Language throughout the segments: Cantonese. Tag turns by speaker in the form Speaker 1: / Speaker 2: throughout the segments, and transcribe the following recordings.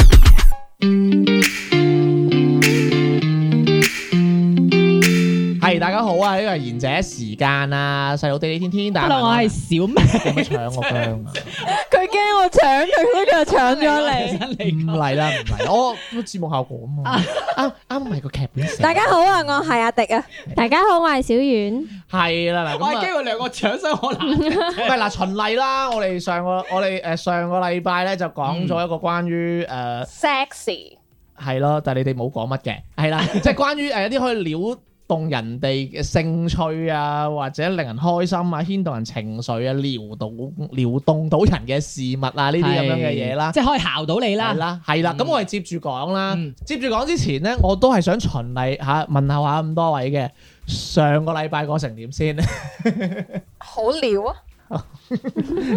Speaker 1: 係大家好啊！呢個係賢者時間啊，細佬地地天天大家
Speaker 2: Hello，
Speaker 1: 晚
Speaker 2: 我
Speaker 1: 安。
Speaker 2: 係小明，
Speaker 1: 做乜搶我姜啊？
Speaker 2: 佢驚我搶咗佢，就 搶
Speaker 1: 咗 唔
Speaker 2: 啊
Speaker 1: 嚟啦，唔嚟啦！我我節目效果啊嘛，啱啱咪個劇本寫。
Speaker 3: 大家好啊，我係阿迪啊，
Speaker 4: 大家好，我係小遠。
Speaker 1: 係啦，嗱
Speaker 2: 我係
Speaker 1: 咁啊
Speaker 2: 驚佢兩個搶晒我男。
Speaker 1: 唔係嗱，循例啦，我哋上個我哋誒上個禮拜咧就講
Speaker 2: 嗯
Speaker 1: 咗一個關於呃誒
Speaker 3: sexy
Speaker 1: 係咯，但係你哋冇講乜嘅，係 啦，即係關於誒呃一啲可以撩動人哋嘅興趣啊，或者令人開心啊，牽動人情緒啊，撩到撩動到人嘅事物啊，呢啲咁樣嘅嘢啦。
Speaker 2: 即係可以姣到你
Speaker 1: 係
Speaker 2: 啦。
Speaker 1: 啦，係啦，咁
Speaker 2: 嗯
Speaker 1: 我哋接住講啦。
Speaker 2: 嗯
Speaker 1: 接住講之前咧，我都係想循例嚇問候下咁多位嘅。上個禮拜過成點先？
Speaker 3: 好撩啊，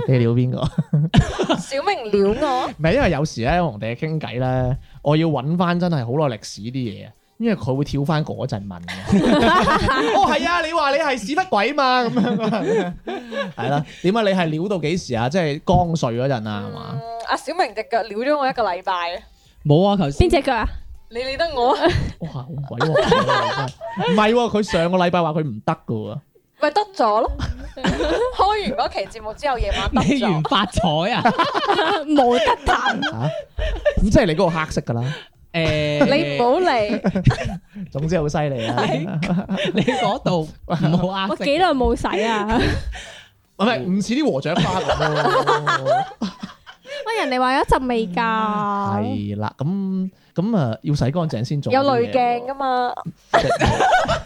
Speaker 1: 你撩邊個？唔
Speaker 3: 小明撩我，
Speaker 1: 係因為有時咧，我同你傾偈咧，我要揾翻真係好耐歷史啲嘢，因為佢會跳翻嗰陣問 嘅。哦，係啊，你話你係屎忽鬼嘛咁樣啊。係啦，點啊？你係撩到幾時啊？即係剛睡嗰陣啊，係嘛？
Speaker 3: 嗯，阿小明隻腳撩咗我一個禮拜啊，
Speaker 2: 冇啊，頭先
Speaker 4: 邊隻腳啊？
Speaker 3: 你理得 我啊？
Speaker 1: 哇，好鬼喎！唔係喎，佢上個禮拜話佢唔得嘅喎。
Speaker 3: 咪得咗咯， 開完嗰期節目之後夜晚得
Speaker 2: 你
Speaker 3: 咗
Speaker 2: 完，發財啊？
Speaker 4: 冇得彈。
Speaker 1: 吓，啊咁即係你嗰個黑色噶啦，
Speaker 2: 誒，
Speaker 3: 你唔好理，
Speaker 1: 總之好犀利啊啦。
Speaker 2: 你嗰度唔好
Speaker 4: 我
Speaker 2: 呃
Speaker 4: 幾耐冇洗 啊？
Speaker 1: 唔係唔似啲和尚花啊咁咯。
Speaker 4: 喂，人哋話有一陣味㗎。
Speaker 1: 係啦，咁咁啊，要洗乾淨先做。
Speaker 3: 有濾鏡噶嘛，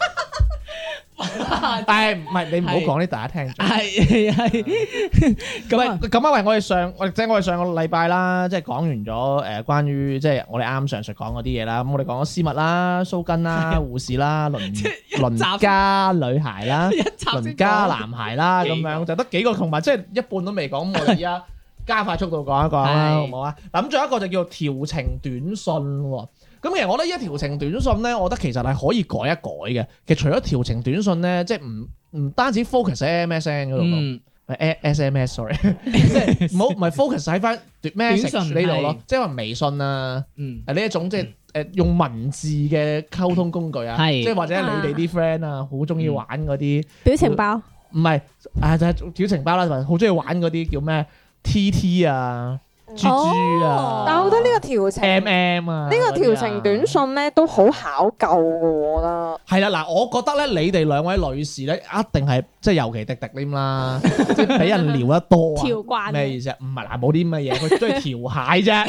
Speaker 1: 嘛？但係唔係你唔好講啲大家聽咗。
Speaker 2: 係係咁啊！
Speaker 1: 喂，咁啊，喂，我哋上我哋即係我哋上個禮拜啦，即係講完咗誒呃關於即係我哋啱上述講嗰啲嘢啦。咁我哋講咗絲襪啦、鬚 巾啦、護士啦、鄰鄰家女孩啦。
Speaker 2: 一插先
Speaker 1: 鄰家男孩啦，咁樣就得幾個同埋，即係一半都未講。咁我哋而 家加快速度講一講啦，
Speaker 2: 係
Speaker 1: 好唔好啊？嗱咁仲有一個就叫做調情短信喎。咁其實我覺得依家調情短信咧，我覺得其實係可以改一改嘅。其實除咗調情短信咧，即係唔唔單止 focus 喺 MSN 嗰度咯，
Speaker 2: 嗯，
Speaker 1: 唔係 SMS sorry，即係唔好唔係 focus 喺翻
Speaker 2: 短
Speaker 1: message
Speaker 2: 信
Speaker 1: 呢度咯
Speaker 2: 係，
Speaker 1: 即係話微信啊。
Speaker 2: 嗯，
Speaker 1: 誒呢一種即係誒用文字嘅溝通工具啊，
Speaker 2: 係
Speaker 1: 即係或者你哋啲 friend 啊，好中意玩嗰啲。
Speaker 4: 表情包。
Speaker 1: 唔係啊，就係表情包啦，同埋好中意玩嗰啲叫咩 T T 啊、豬豬啊
Speaker 4: 哦，
Speaker 3: 但我覺得呢個調情，
Speaker 1: M
Speaker 3: 呢
Speaker 1: M 啊，
Speaker 3: 個調情短信咧都好考究噶，我覺得，
Speaker 1: 係啦，嗱，我覺得咧，你哋兩位女士咧，一定係即係尤其迪迪 添啦，即係俾人撩得多啊，
Speaker 4: 調慣
Speaker 1: 咩意思啊？唔係嗱，冇啲乜嘢，佢中意調蟹啫。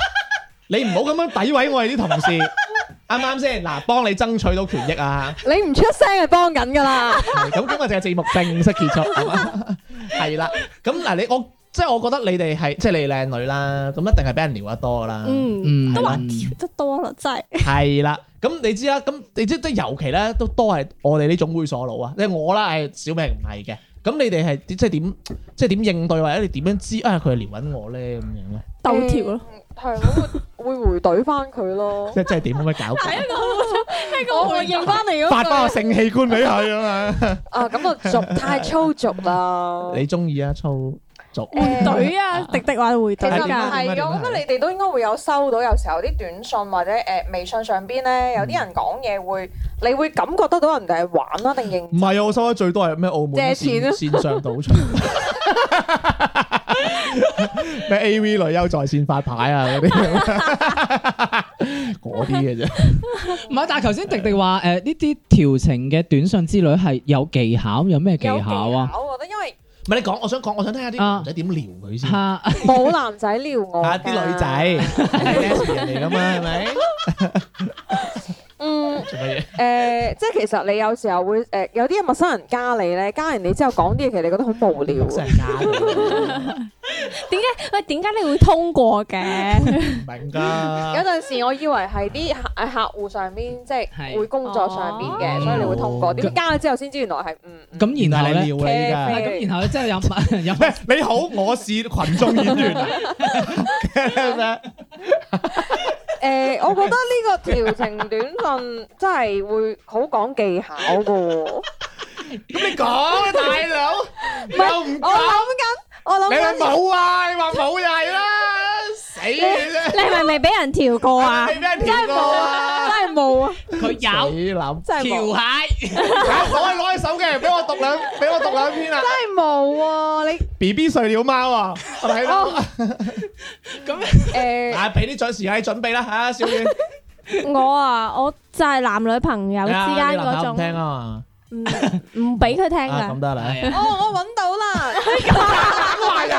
Speaker 1: 你唔好咁樣詆毀我哋啲同事，啱唔啱先？嗱，幫你爭取到權益啊！
Speaker 3: 你唔出聲就幫緊噶啦，
Speaker 1: 係咁今日就係節目正式結束，係嘛係啦。咁嗱，你我即係我覺得你哋係即係你靚女啦，咁一定係俾人撩得多啦，
Speaker 4: 嗯，
Speaker 2: 嗯，
Speaker 4: 都話
Speaker 2: 嗯
Speaker 4: 調得多啦，真係。
Speaker 1: 係啦。咁你知啦，咁你知即係尤其咧都多係我哋呢種猥瑣佬啊，即係我啦，係小明唔係嘅。咁你哋係即係點即係點應對，或者你點樣知啊佢係撩緊我咧咁樣咧？
Speaker 4: 鬥調咯。
Speaker 3: 係我會會回懟翻佢咯，
Speaker 1: 即係即係點咁樣搞法？
Speaker 3: 我會應翻你
Speaker 1: 發翻
Speaker 3: 嗰句
Speaker 1: 個。性器官俾佢啊 嘛！
Speaker 3: 啊，咁 啊俗太粗俗啦。
Speaker 1: 你中意啊粗俗？
Speaker 3: 嗯
Speaker 4: 回隊啊！迪迪話回
Speaker 3: 其
Speaker 4: 隊
Speaker 3: 實
Speaker 1: 係
Speaker 3: 唔
Speaker 1: 點啊
Speaker 4: 㗎。
Speaker 3: 係嘅，我覺得你哋都應該會有收到，有時候啲短信或者誒微信上邊咧，有啲人講嘢會，你會感覺得到人哋係玩啦定
Speaker 1: 唔
Speaker 3: 認
Speaker 1: 係啊！我收得最多係咩？澳門
Speaker 3: 借
Speaker 1: 線
Speaker 3: 錢啊
Speaker 1: 線上賭 場， 咩 A V 女優在線發牌啊嗰啲，嗰啲嘅啫。
Speaker 2: 唔係，但係頭先迪迪話誒呢啲調情嘅短信之類係有技巧，有咩技
Speaker 3: 有
Speaker 2: 巧啊？
Speaker 3: 我覺得因為
Speaker 1: 唔係你講，我想講，我想聽下啲
Speaker 2: 啊
Speaker 1: 男仔點撩佢先。啊，
Speaker 2: 嚇
Speaker 3: 冇男仔撩我㗎
Speaker 1: 啲女仔，係 lesbian 嚟噶嘛，係咪？
Speaker 3: 嗯
Speaker 1: 做乜嘢？
Speaker 3: 誒，呃即係其實你有時候會誒，有啲陌生人加你咧，加完你之後講啲嘢，其實你覺得好無聊。
Speaker 1: 真係假嘅？
Speaker 4: 點解？喂，點解你會通過嘅？
Speaker 1: 明㗎。
Speaker 3: 有陣時我以為係啲客誒客戶上邊，即係
Speaker 2: 係
Speaker 3: 會工作上邊嘅，
Speaker 2: 哦
Speaker 3: 所以你會通過。點加咗之後先知原來係嗯呃嗯
Speaker 2: 咁然後咧，
Speaker 1: 你
Speaker 2: 唔
Speaker 1: 撩你
Speaker 2: 係
Speaker 1: 㗎。
Speaker 2: 咁然後咧，即係有有
Speaker 1: 喂，你好，我是群眾演員 啊。
Speaker 3: 誒，呃我覺得呢個調情短信真係會好講技巧嘅喎。
Speaker 1: 咁你講啊，大佬，又唔
Speaker 3: 我
Speaker 1: 講，
Speaker 3: 諗緊，我諗
Speaker 1: 你話
Speaker 3: 緊。
Speaker 1: 冇啊？你話冇就係啦，死你啫！
Speaker 4: 你係咪未俾人調過 啊？
Speaker 1: 你俾人跳過啊？
Speaker 3: 真係冇啊！
Speaker 2: 佢有
Speaker 1: 死諗，
Speaker 3: 真係冇，
Speaker 2: 條蟹，
Speaker 1: 攞起攞起手嘅，俾我讀兩，俾我讀兩篇啊
Speaker 3: 真係冇啊！你
Speaker 1: ！B B 睡了貓啊，我睇到。
Speaker 3: 誒，
Speaker 1: 啊，俾啲準時間你準備啦，嚇，小遠。
Speaker 4: 我啊，我就係男女朋友之間嗰種，
Speaker 1: 聽啊
Speaker 4: 唔唔俾佢聽
Speaker 1: 嘛，啊咁
Speaker 4: 㗎。
Speaker 1: 得啦。
Speaker 3: 哦，我揾到 啦！
Speaker 1: 哇有，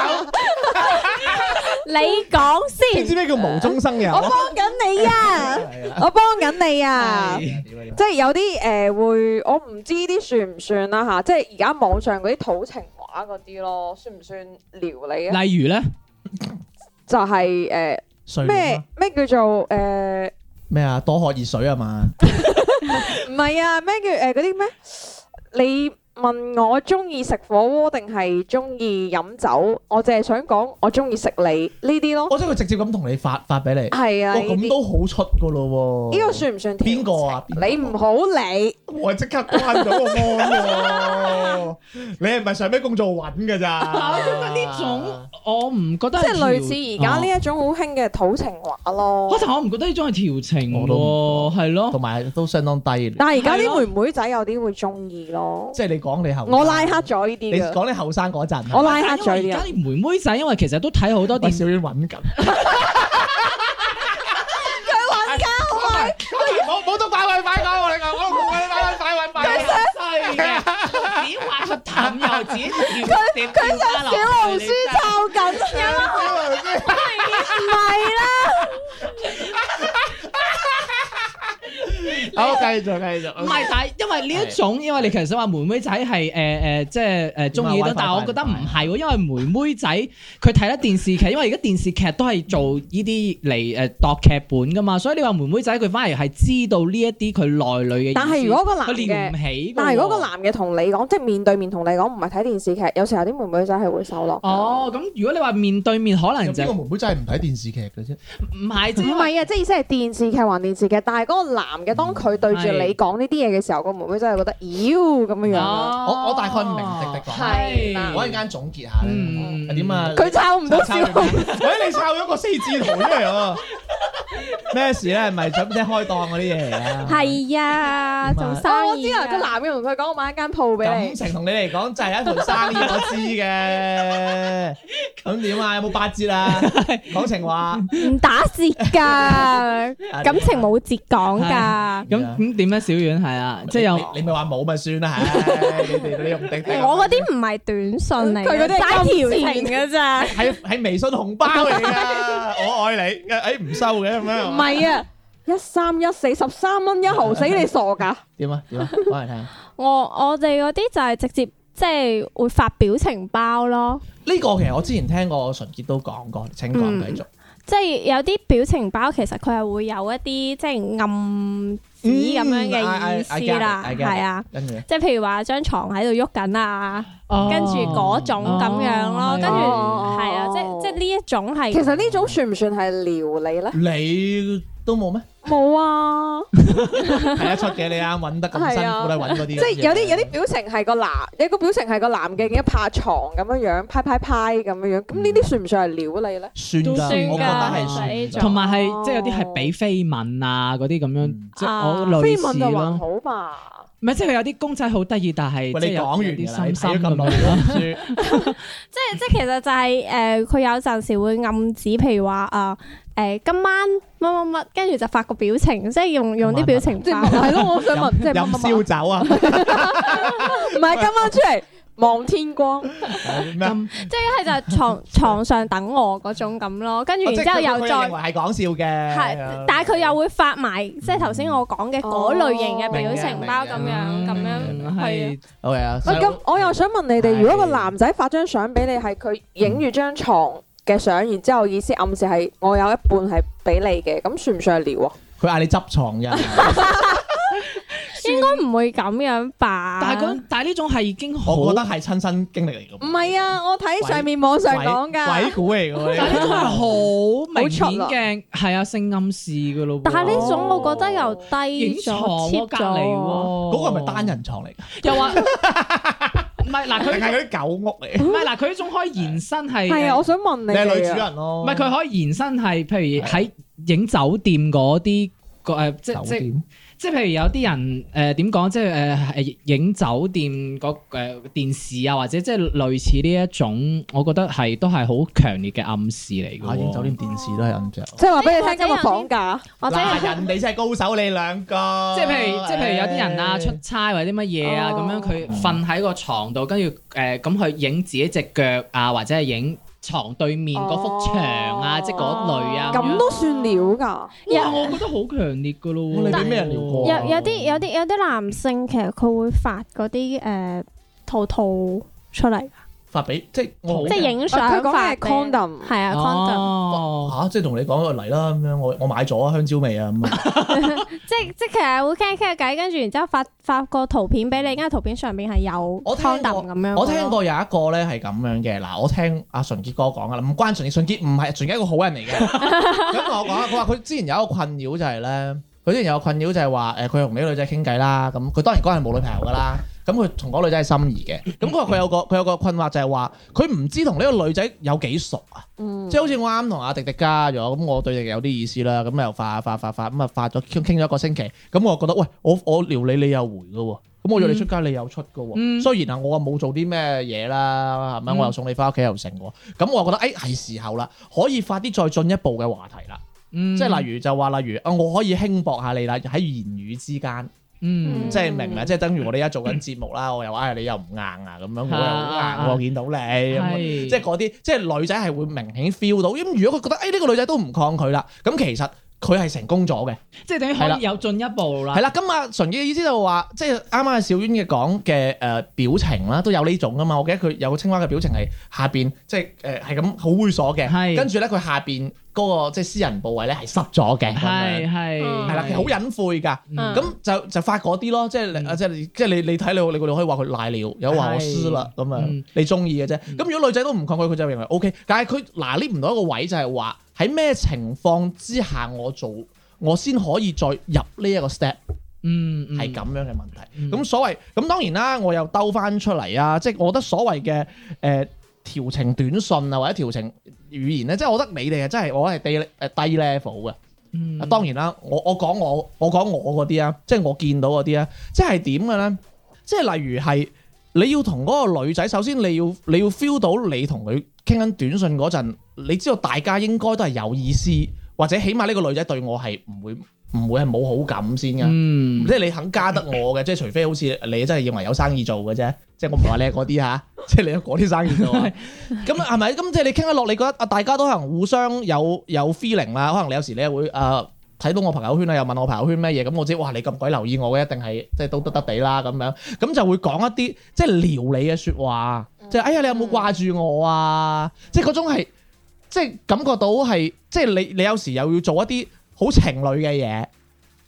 Speaker 4: 你講
Speaker 1: 你知
Speaker 4: 先，
Speaker 1: 咩叫無中生有
Speaker 3: 我
Speaker 1: 啊？
Speaker 3: 幫緊你啊！
Speaker 1: 係啊
Speaker 3: 我幫緊你啊！
Speaker 1: 屌你
Speaker 3: 即係有啲誒、呃、會，我唔知啲算唔算啦吓，即係而家網上嗰啲土情話嗰啲咯，算唔算撩你啊？
Speaker 2: 例如咧，
Speaker 3: 就係誒
Speaker 1: 睡了
Speaker 3: 咩
Speaker 1: 嗎
Speaker 3: 咩叫做誒
Speaker 1: 咩啊？多喝熱水啊嘛。
Speaker 3: 唔係啊？咩叫誒嗰啲咩？你問我中意食火鍋定係中意飲酒？我淨係想講我中意食你呢啲咯。
Speaker 1: 我即係佢直接咁同你發發俾你。
Speaker 3: 係啊，
Speaker 1: 哇，
Speaker 3: 呢
Speaker 1: 哦咁
Speaker 3: 啲
Speaker 1: 都好出噶咯喎！
Speaker 3: 呢個算唔算調
Speaker 1: 邊個啊
Speaker 3: 情
Speaker 1: 邊個
Speaker 3: 你唔好理，
Speaker 1: 我即刻關咗個 mon 喎！你係咪上咩工作揾㗎 咋？
Speaker 2: 我覺得呢種我唔覺得
Speaker 3: 即係
Speaker 2: 條
Speaker 3: 類似而家呢一種好興嘅土情話
Speaker 1: 啊
Speaker 3: 咯。
Speaker 2: 我但我唔覺得呢種係調情
Speaker 1: 我都唔
Speaker 2: 喎，係咯
Speaker 1: 同。埋都相當低劣。
Speaker 3: 但係而家啲
Speaker 2: 係
Speaker 3: 妹妹仔有啲會中意咯，
Speaker 1: 即係你講你後，
Speaker 3: 我拉黑咗呢
Speaker 1: 你
Speaker 3: 啲噶，啊
Speaker 1: 講你後生嗰陣，
Speaker 3: 我拉黑
Speaker 2: 因
Speaker 3: 咗
Speaker 2: 為
Speaker 3: 呢
Speaker 2: 而家
Speaker 3: 啲。啊
Speaker 2: 啲妹妹仔，因為其實都睇好多
Speaker 1: 喂
Speaker 2: 電視
Speaker 1: 小，婉揾緊，佢揾緊喂，冇冇得快快快講我哋講，我冇快快快快快。啊
Speaker 2: 只話出淡又自己
Speaker 3: 佢佢上小紅書抄緊，啊唔係啦，
Speaker 1: 好，繼續繼續。
Speaker 2: 唔係，但係因為呢一種，因為你其實話妹妹仔係誒誒，即係誒中意
Speaker 1: 唔係
Speaker 2: 咯
Speaker 1: WiFi，
Speaker 2: 但係我覺得唔係喎，因為妹妹仔佢睇得電視劇，因為而家電視劇都係做呢啲嚟誒呃度劇本噶嘛，所以你話妹妹仔佢反而係知道呢一啲佢內裏嘅意思。
Speaker 3: 但係如果個男
Speaker 2: 佢撩唔
Speaker 3: 嘅，
Speaker 2: 起㗎喎，
Speaker 3: 但係如果個男嘅同你講，即係面對面同你講，唔係睇電視劇，有時候啲妹妹仔係會受落。
Speaker 2: 哦，咁如果你話面對面，可能
Speaker 1: 有
Speaker 2: 就
Speaker 1: 邊個妹妹真係唔睇電視劇嘅啫？
Speaker 2: 唔係
Speaker 3: 唔
Speaker 2: 即係因為
Speaker 3: 係啊，即係意思係電視劇還電視劇，但係嗰個男嘅當佢對住你講呢啲嘢嘅時候，個妹妹真係覺得，妖咁樣樣啦。
Speaker 2: 哦
Speaker 1: 我我大概明迪迪講
Speaker 3: 係啦
Speaker 1: 我一陣間總結下
Speaker 2: 嗯
Speaker 1: 咧，係點啊？
Speaker 3: 佢抄唔到小
Speaker 1: 喂，
Speaker 3: 紅，
Speaker 1: 你抄咗個四字圖出嚟喎！咩事咧？係咪準即係開檔嗰啲嘢嚟啊？
Speaker 4: 係啊，做
Speaker 3: 哦我
Speaker 4: 生意
Speaker 3: 知
Speaker 4: 啊
Speaker 3: 啦，個男嘅同佢講，我買一間鋪俾
Speaker 1: 感
Speaker 3: 你。
Speaker 1: 情同你嚟講就係一盤生意，我知嘅。咁點啊？有冇八折啊？講情話，
Speaker 4: 唔打折㗎，感情冇折講㗎。
Speaker 2: 咁咁點咧？小遠係啊，即係有
Speaker 1: 你你咪話冇咪算啦，係你哋嗰啲唔定定。
Speaker 4: 我嗰啲唔係短信嚟嘅，
Speaker 3: 佢嗰啲係
Speaker 4: 齋
Speaker 3: 金
Speaker 4: 調情㗎咋。
Speaker 1: 喺喺微信紅包嚟㗎，我愛你，誒唔收嘅咁樣。
Speaker 3: 唔係啊，一三一四十三蚊一毫死，你傻噶？
Speaker 1: 點啊點啊，講嚟聽。
Speaker 4: 我我哋嗰啲就係直接即係會發表情包咯，
Speaker 1: 呢個其實我之前聽過純潔都講過，請講繼續。
Speaker 4: 即係有啲表情包其實佢係會有一啲即係暗指咁樣嘅意思啦，
Speaker 1: 嗯，I- I- I get it，I get it，
Speaker 4: 係啊。
Speaker 1: 跟住咧
Speaker 4: 即係譬如話張床喺度喐緊啊，
Speaker 2: 哦
Speaker 4: 跟住嗰種咁樣咯，
Speaker 2: 哦
Speaker 4: 跟住
Speaker 3: 哦
Speaker 4: 係啊，即係即係呢一種係
Speaker 3: 其實呢種算唔算係撩你咧？
Speaker 1: 你都冇咩？
Speaker 3: 冇啊，
Speaker 1: 睇得出嘅，你啱揾得咁辛苦都係揾嗰啲。
Speaker 3: 即係有啲有啲表情係個男，有個表情係個男嘅一拍床咁樣樣，拍拍拍咁樣樣，咁呢啲算唔算係撩你咧？
Speaker 1: 算
Speaker 2: 都
Speaker 1: 㗎，
Speaker 2: 算
Speaker 1: 我覺
Speaker 2: 㗎
Speaker 1: 得係算
Speaker 4: 呢種
Speaker 2: 同
Speaker 1: 㗎。
Speaker 2: 埋
Speaker 3: 哦
Speaker 2: 係即係有啲係俾飛吻啊嗰啲咁樣
Speaker 1: 嗯，
Speaker 2: 即係
Speaker 4: 啊
Speaker 2: 我類
Speaker 3: 飛
Speaker 2: 似
Speaker 3: 吻就還
Speaker 2: 咯。
Speaker 3: 好吧，
Speaker 2: 唔係即係有啲公仔好得意，但係
Speaker 1: 喂，
Speaker 2: 即係
Speaker 1: 你
Speaker 2: 有
Speaker 1: 講完
Speaker 2: 有啲
Speaker 1: 㗎啦，
Speaker 2: 心
Speaker 1: 你
Speaker 2: 心
Speaker 1: 睇咗
Speaker 2: 咁
Speaker 1: 咁耐
Speaker 2: 樣。
Speaker 1: 書，
Speaker 4: 即係即係其實就係誒佢有陣時會暗指，譬如話啊誒今晚乜乜乜，跟住就發個表情，即係用用啲表情
Speaker 3: 即係
Speaker 4: 包。
Speaker 1: 啊
Speaker 3: 係咯，我想問，即係乜
Speaker 1: 飲
Speaker 3: 乜乜
Speaker 1: 燒酒啊！
Speaker 3: 唔係今晚出嚟望天光，
Speaker 1: 咩啊？
Speaker 4: 即係一係就 床床上等我嗰種咁咯，跟住然之後又再係，
Speaker 1: 哦，即係佢認為係講笑嘅。
Speaker 4: 但係佢又會發埋即係頭先我講嘅嗰
Speaker 2: 哦
Speaker 4: 類型嘅表情包咁樣
Speaker 1: 明
Speaker 4: 咁樣係啊
Speaker 2: 嗯係
Speaker 1: 好嘅，
Speaker 3: 喂，咁我又想問你哋，
Speaker 1: 係
Speaker 3: 如果個男仔發張相俾你，係佢影住張床嘅相，然之後意思暗示係我有一半係俾你嘅，咁算唔算係撩啊？
Speaker 1: 佢嗌你執床嘅。
Speaker 4: 應該唔會咁樣吧？
Speaker 2: 但係嗰但係呢種係已經好，
Speaker 1: 我覺得係親身經歷嚟㗎。
Speaker 3: 唔係啊，我睇
Speaker 1: 上
Speaker 3: 上面網上
Speaker 1: 鬼-
Speaker 3: 講㗎，
Speaker 1: 鬼故嚟㗎喎，呢個。
Speaker 2: 但係呢種係好明顯
Speaker 3: 好出
Speaker 2: 嘅，係啊性暗示嘅咯喎。
Speaker 4: 但係呢種我覺得又
Speaker 2: 影
Speaker 4: 低
Speaker 2: 床
Speaker 4: 咗
Speaker 2: 喎
Speaker 4: 貼
Speaker 2: 隔離
Speaker 4: 咗，
Speaker 2: 喎，
Speaker 1: 嗰個係咪單人床嚟㗎？
Speaker 2: 又話唔係嗱佢。
Speaker 1: 定係嗰啲狗屋嚟？
Speaker 2: 唔係嗱，佢呢種可以延伸係，
Speaker 3: 係啊，我想問你哋啊，
Speaker 1: 你係女主人咯。
Speaker 2: 唔係佢可以延伸係，譬如喺影酒店嗰啲個誒，即
Speaker 1: 酒店。
Speaker 2: 即即譬如有啲人誒呃點講，即係誒呃影酒店嗰誒電視啊，或者即係類似呢一種，我覺得係都係好強烈嘅暗示嚟嘅喎。
Speaker 1: 啊，影酒店電視都係咁着。
Speaker 3: 即係話俾你聽
Speaker 4: 或者
Speaker 3: 今日
Speaker 4: 有啲
Speaker 3: 房價。
Speaker 4: 或者係
Speaker 1: 嗱，人哋真係高手，你兩個。
Speaker 2: 即係譬如，即係譬如有啲人啊
Speaker 1: 唉。
Speaker 2: 出差或者乜嘢啊，咁樣
Speaker 3: 哦
Speaker 2: 佢瞓喺個床度，跟住誒咁佢影自己只腳啊，或者係影床對面嗰幅牆啊，
Speaker 3: 哦
Speaker 2: 即係嗰類啊。
Speaker 3: 咁哦都算料㗎？
Speaker 2: 哇我覺得好強烈噶咯喎！
Speaker 1: 你俾咩人撩過
Speaker 5: Dạ,
Speaker 4: 有有啲有啲有啲男性其實佢會發嗰啲誒圖圖出嚟，
Speaker 1: 發俾-即係我-
Speaker 4: 即係影
Speaker 3: 啊佢
Speaker 4: 相
Speaker 3: 講
Speaker 4: 發
Speaker 3: 嘅係
Speaker 4: 俾
Speaker 3: condom
Speaker 4: 係啊 condom。
Speaker 2: 哦，
Speaker 1: 吓，即係同你講，嚟啦，咁樣，我-我買咗啊，香蕉味啊，咁啊。
Speaker 4: 即即其實會傾傾偈，跟住然之後發發個圖片俾你，跟住圖片上面係有
Speaker 1: 我聽過
Speaker 4: condom 咁樣。
Speaker 1: 我聽，過有一個咧係咁樣嘅，嗱，我聽阿純潔哥講噶啦，唔關純潔，純潔唔係純潔係一個好人嚟嘅。咁同我講啊，佢話佢之前有一個困擾就係咧，佢之前有個困擾就係話誒，佢同呢個女仔傾偈啦，咁佢當然嗰陣冇女朋友噶啦，咁佢同嗰個女仔係心儀嘅，咁佢話佢有個佢有個困惑就係話，佢唔知同呢個女仔有幾熟啊。
Speaker 3: 嗯
Speaker 1: 即係好似我啱同阿迪迪加咗，咁我對迪迪有啲意思啦，咁又發發發發，咁啊發咗傾傾咗一個星期，咁我覺得喂，我我撩你，你又回嘅喎，咁我約你出街，你又出嘅喎，
Speaker 2: 嗯
Speaker 1: 雖然啊我啊冇做啲咩嘢啦，係咪？
Speaker 2: 嗯
Speaker 1: 我又送你翻屋企又成喎，咁我覺得誒係、時候啦，可以發啲再進一步嘅話題啦，
Speaker 2: 即
Speaker 1: 即係例如就話例如啊，我可以輕薄下你啦，喺言語之間。
Speaker 5: Ừ.
Speaker 2: 嗯
Speaker 1: 即係明啦，即係等於我哋而家做緊節目啦，我又唉你又唔硬啊咁樣，我又好
Speaker 2: 啊
Speaker 1: 硬，我見到你咁，
Speaker 2: 係
Speaker 1: 即係嗰啲，即係女仔係會明顯 feel 到。咁如果佢覺得哎誒呢個女仔都唔抗拒啦，咁其實佢係成功咗嘅，
Speaker 2: 即係等於
Speaker 1: 係
Speaker 2: 可
Speaker 1: 啦
Speaker 2: 以有進一步啦。
Speaker 1: 係啦。咁啊，純潔嘅意思就話，即係啱啱阿小婉嘅講嘅誒表情啦，都有呢種噶嘛。我記得佢有個青蛙嘅表情係下邊即係誒係咁好猥瑣嘅，
Speaker 2: 係
Speaker 1: 跟住咧佢下邊嗰個即係私人部位咧係濕咗嘅，
Speaker 2: 係係
Speaker 4: 嗯
Speaker 1: 係啦，其實好隱晦㗎。
Speaker 4: 嗯
Speaker 1: 咁就就發嗰啲咯，即係你
Speaker 2: 嗯
Speaker 1: 啊，即係你即係你你睇你你你可以話佢賴尿，有話我輸啦咁啊
Speaker 2: 嗯，
Speaker 1: 你中意嘅啫。咁如果女仔都唔抗拒，佢就認為 O K。但係佢拿捏唔到一個位，就係話喺咩情況之下我做，我先可以再入呢一個 step，
Speaker 2: 嗯
Speaker 5: Ừ.
Speaker 2: 嗯
Speaker 1: 係咁樣嘅問題。
Speaker 2: 嗯
Speaker 1: 咁所謂咁當然啦，我又兜翻出嚟啊，即係我覺得所謂嘅誒調情短信啊，或者調情語言咧，即係我覺得你哋係真係我係低誒低 level 嘅。啊，
Speaker 2: 嗯
Speaker 1: 當然啦，我我講我我講我嗰啲啊，即係我見到嗰啲啊，即係點嘅咧？即係例如係你要同嗰個女仔，首先你要你要 feel 到你同佢傾緊短信嗰陣，你知道大家應該都係有意思，或者起碼呢個女仔對我係唔會唔會係冇好感先嘅。
Speaker 2: 嗯
Speaker 1: 即係你肯加得我嘅，即係除非好似你真係認為有生意做嘅啫，即係我唔係話你係嗰啲嚇， 即係你有嗰啲生意做啊。咁係咪？咁即係你傾得落，你覺得啊，大家都可能互相有有 feeling 啦。可能你有時你會啊睇到我朋友圈啊，又問我朋友圈咩嘢，咁我知哇，你咁鬼留意我嘅，一定係即係都得得地啦咁樣，咁就會講一啲即係撩你嘅説話，即係哎呀你有冇掛住我啊？即係嗰種係即係感覺到係即係你你有時又要做一啲好情侶嘅嘢。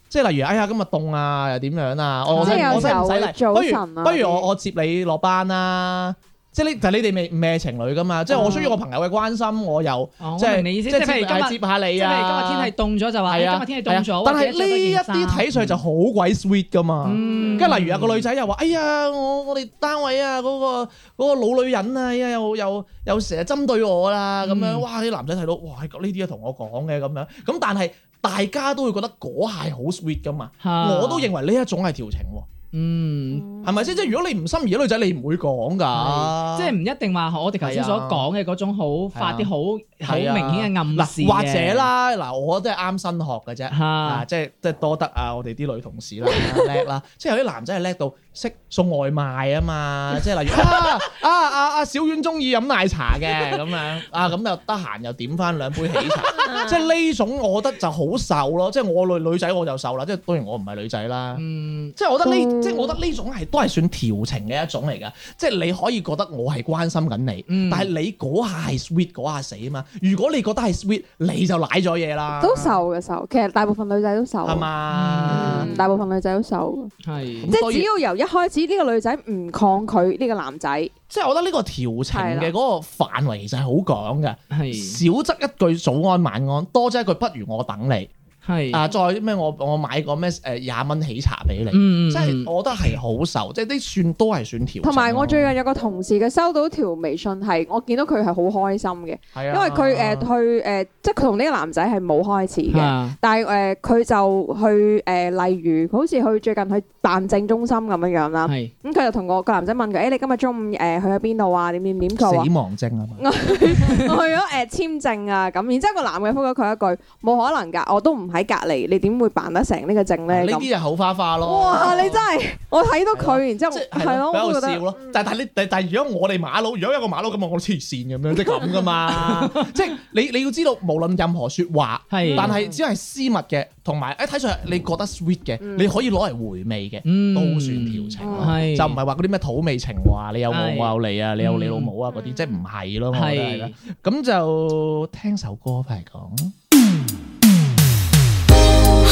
Speaker 1: 即係例如，哎呀，今日凍啊，又點樣啊？我我
Speaker 3: 即係
Speaker 1: 我
Speaker 3: 有
Speaker 1: 使
Speaker 3: 時
Speaker 1: 唔
Speaker 3: 候
Speaker 1: 使
Speaker 3: 會
Speaker 1: 嚟？
Speaker 3: 早
Speaker 1: 不
Speaker 3: 晨
Speaker 1: 如
Speaker 3: 啊
Speaker 1: 不如
Speaker 3: 嗰啲
Speaker 1: 我我接你落班啦。即係你，但係你哋未咩情侶噶嘛？即係
Speaker 3: 哦
Speaker 1: 我需要我朋友嘅關心，我又
Speaker 2: 哦
Speaker 1: 即
Speaker 2: 我
Speaker 1: 係
Speaker 2: 明你意思，
Speaker 1: 即
Speaker 2: 即
Speaker 1: 係
Speaker 2: 係譬
Speaker 1: 接
Speaker 2: 如
Speaker 1: 係
Speaker 2: 今
Speaker 1: 接
Speaker 2: 日，
Speaker 1: 下你
Speaker 2: 即係
Speaker 1: 啊。
Speaker 2: 譬如今日天氣凍咗就話，
Speaker 1: 係
Speaker 2: 哎今日天氣凍
Speaker 1: 係啊
Speaker 2: 咗，
Speaker 1: 但
Speaker 2: 係
Speaker 1: 係呢一啲睇上去就好鬼 sweet 噶嘛。
Speaker 2: 嗯，
Speaker 1: 跟住例如有個女仔又話：哎呀，我我哋單位啊，嗰、個嗰個老女人啊，哎呀又又又成日針對我啦，咁樣、
Speaker 2: 嗯
Speaker 1: 哇！啲男仔睇到，哇！呢啲嘢同我講嘅咁樣，咁但係大家都會覺得嗰下係好 sweet 噶嘛，
Speaker 2: 嚇，
Speaker 1: 我都認為呢一種係調情喎，
Speaker 2: 嗯，
Speaker 1: 係咪先？即係如果你唔心儀嘅女仔，你唔會講㗎。啊
Speaker 2: 即係唔一定話我哋頭先所講嘅嗰種好發啲好好
Speaker 1: 係啊
Speaker 2: 明顯嘅暗示
Speaker 1: 嗱，
Speaker 2: 嘅
Speaker 1: 或者，啦，嗱，我都係啱新學嘅啫。啊，
Speaker 2: 嚇
Speaker 1: 即係即係多得啊！我哋啲女同事啦， 叻啦，即係有啲男仔係叻到識送外賣啊嘛，即係例如啊啊啊啊小婉中意飲奶茶嘅咁樣啊，咁又得閒又點翻兩杯喜茶，即係呢種我覺得就好瘦咯，即係我女女仔我就瘦啦，即係當然我唔係女仔啦。
Speaker 2: 嗯，
Speaker 1: 即係我覺得呢，
Speaker 4: 嗯
Speaker 1: 即係我覺得呢種係都係算調情嘅一種嚟㗎。即係你可以覺得我係關心緊你，
Speaker 2: 嗯
Speaker 1: 但係你嗰下係 sweet 嗰下死啊嘛。如果你覺得係 sweet，你就奶咗嘢啦，
Speaker 3: 都瘦嘅瘦，其實大部分女仔都瘦，
Speaker 1: 係嘛？
Speaker 3: 嗯大部分女仔都瘦，
Speaker 2: 係
Speaker 1: 咁
Speaker 3: 即
Speaker 1: 所
Speaker 3: 係
Speaker 1: 以
Speaker 3: 只要由一開始呢個女仔唔抗拒呢個男仔，
Speaker 1: 即係我覺得呢個調情
Speaker 3: 係啦
Speaker 1: 嘅嗰個範圍其實係好廣嘅，
Speaker 5: 嗯
Speaker 2: 係
Speaker 1: 少則一句早安晚安，多則一句不如我等你
Speaker 5: 嗯
Speaker 2: 係
Speaker 1: 啊！再咩我我買個咩誒廿蚊喜茶俾你，
Speaker 5: Ừ,
Speaker 2: 嗯，
Speaker 1: 即係我覺得係好受，即係啲算都係算調情咯。
Speaker 3: 同埋我最近有個同事佢收到條微信係，我見到佢係好開心嘅，
Speaker 1: 係啊
Speaker 3: 因為佢誒去誒，即係佢同呢個男仔係冇開始
Speaker 2: 嗯
Speaker 3: 嘅。
Speaker 2: 啊
Speaker 3: 但係誒，呃佢就去誒，例如好似去最近去辦證中心咁樣樣啦。
Speaker 2: 係
Speaker 3: 咁佢就同個個男仔問佢：，誒、你今日中午誒去咗邊度啊？點點點？佢話
Speaker 1: 死亡症啊嘛。
Speaker 3: 我去咗誒簽證啊。咁，然之後個男嘅覆咗佢一句：冇可能㗎，我都唔喺隔離，你點會辦得成呢個證
Speaker 1: 啊呢
Speaker 3: 咧？
Speaker 1: 啲
Speaker 3: 嗯咁
Speaker 1: 就口花花咯。
Speaker 3: 哇！你真係我睇到佢，然之後
Speaker 1: 即
Speaker 3: 係咯，我
Speaker 1: 喺
Speaker 3: 都
Speaker 1: 度
Speaker 3: 覺
Speaker 1: 笑
Speaker 3: 得
Speaker 1: 咯。但但你但但如果我哋馬佬，如果有個馬佬咁，我黐線咁樣，即係咁噶 嘛。即係你你要知道，無論任何説話，
Speaker 2: 係，
Speaker 1: 但係只係私密嘅，同埋哎誒睇上去你覺得 sweet 嘅，
Speaker 3: 嗯
Speaker 1: 你可以攞嚟回味嘅，
Speaker 2: 嗯
Speaker 5: Ừ.
Speaker 1: 都算調情咯。
Speaker 2: 係
Speaker 1: 就唔係話嗰啲咩土味情話，你有我
Speaker 2: 係
Speaker 1: 我有你啊，你有你
Speaker 2: 嗯
Speaker 1: 老母啊嗰啲，即係唔係咯？我覺得係啦
Speaker 2: 係。
Speaker 1: 咁就聽首歌翻嚟講。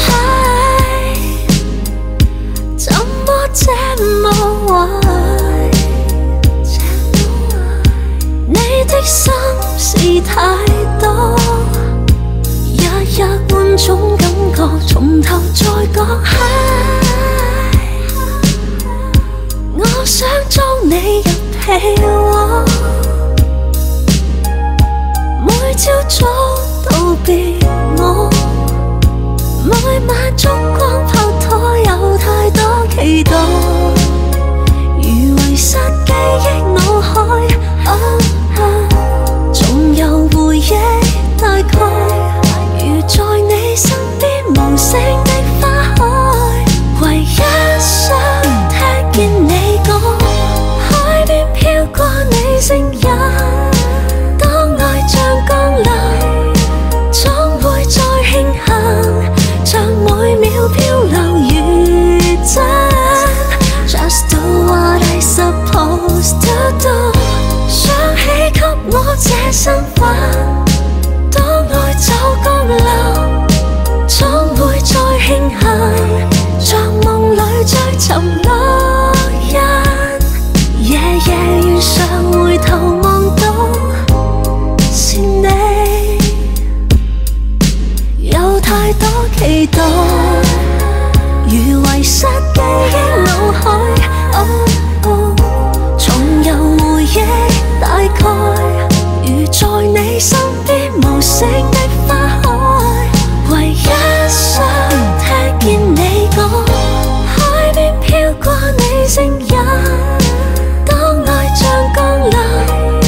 Speaker 6: 嗨，怎么这么坏？你的心事太多，日日換種感覺，從頭再講。嗨，我想裝你入被窩，每朝早道別我。每晚燭光炮台有太多期待，如遺失記憶腦海，啊啊仲有回憶大概，如在你身邊無聲的花開，唯一想聽見你講，海邊飄過你聲音，當愛像降臨。總會再慶幸，像每秒漂流如真。Just do what I supposed to do，想起給我這身份，當愛就降臨，總會再慶幸，像夢裏追尋烙印，夜夜遇上回頭望到是你。有太多期待，如遺失記憶腦海，哦哦，重遊回憶大概，如在你身邊無聲的花開，唯一想聽見你講，海邊飄過你聲音，當愛像降臨。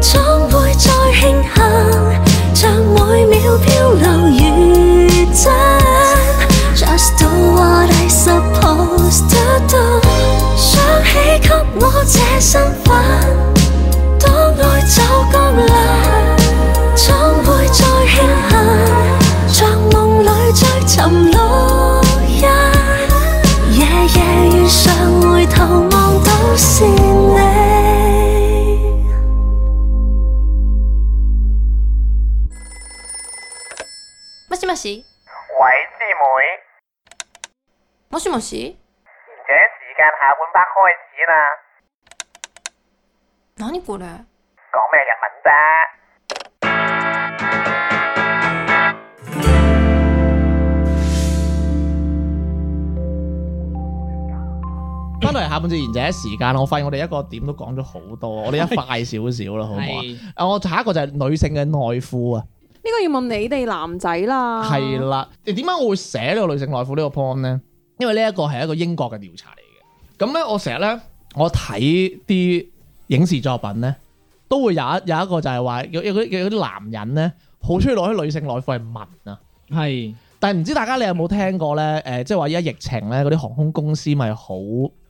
Speaker 6: 總會再慶幸，像每秒漂流如真。Just do what I supposed to do，想起給我這身份，當愛就降臨，總會再慶幸，像夢裏追尋烙印，夜夜遇上回頭望到是你。
Speaker 7: もしもし
Speaker 8: 喂，師妹，
Speaker 7: もしもし
Speaker 8: 而且時間下半 part 開始啦，
Speaker 7: 何これ
Speaker 8: 講咩日文啫？
Speaker 1: 翻到嚟下半節賢者時間，我發現我哋一個點都講咗好多，我哋一快少少啦，好唔好啊
Speaker 2: 係？
Speaker 1: 啊，我下一個就係女性嘅內褲啊，
Speaker 3: 呢個要問你哋男仔啦。
Speaker 1: 係啦、點解我會寫呢個女性內褲呢個 point 咧？因為呢一個係一個英國嘅調查嚟嘅，咁咧，我成日咧，我睇啲影視作品咧，都會有一有一個就係話有有嗰啲有啲男人咧，好中意攞啲女性內褲嚟聞啊。
Speaker 2: 係
Speaker 1: 但係唔知大家你有冇聽過咧？誒、即係話依家疫情咧，嗰啲航空公司咪好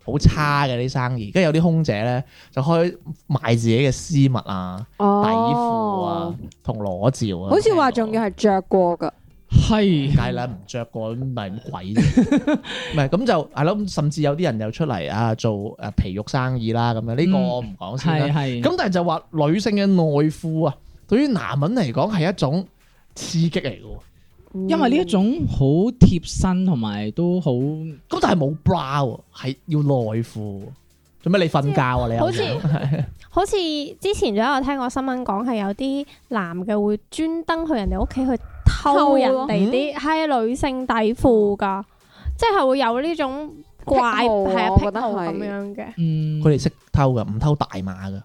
Speaker 1: 好差嘅啲生意，跟住有啲空姐咧就開賣自己嘅絲襪啊、底褲啊
Speaker 3: 哦，
Speaker 1: 同裸照啊。
Speaker 3: 好似話仲要係着過㗎，
Speaker 2: 係
Speaker 1: 梗係啦，唔着過咁咪咁鬼啫， 唔係咁就係咯。咁甚至有啲人又出嚟啊做誒皮肉生意啦咁樣，呢個
Speaker 2: 嗯
Speaker 1: 我唔講先
Speaker 2: 係
Speaker 1: 啦。
Speaker 2: 係
Speaker 1: 咁但係就話女性嘅內褲啊，對於男人嚟講係一種刺激嚟嘅喎。
Speaker 2: 因為呢
Speaker 3: 嗯
Speaker 2: 一種好貼身同埋都好
Speaker 1: 咁但係冇 bra 喎，係要內褲喎。做咩你瞓覺啊？你又
Speaker 4: 好似好似之前仲有聽過新聞講係有啲男嘅會專登去人哋屋企去偷
Speaker 3: 偷
Speaker 4: 人
Speaker 3: 咯
Speaker 4: 哋
Speaker 1: 嗯
Speaker 4: 啲係女性底褲㗎，即係會有呢種怪
Speaker 3: 癖好啊
Speaker 4: 係啊
Speaker 3: 我
Speaker 4: 癖
Speaker 3: 覺得
Speaker 4: 好咁
Speaker 3: 係
Speaker 4: 樣嘅。
Speaker 2: 嗯
Speaker 1: 佢哋識偷㗎，唔偷大 碼㗎。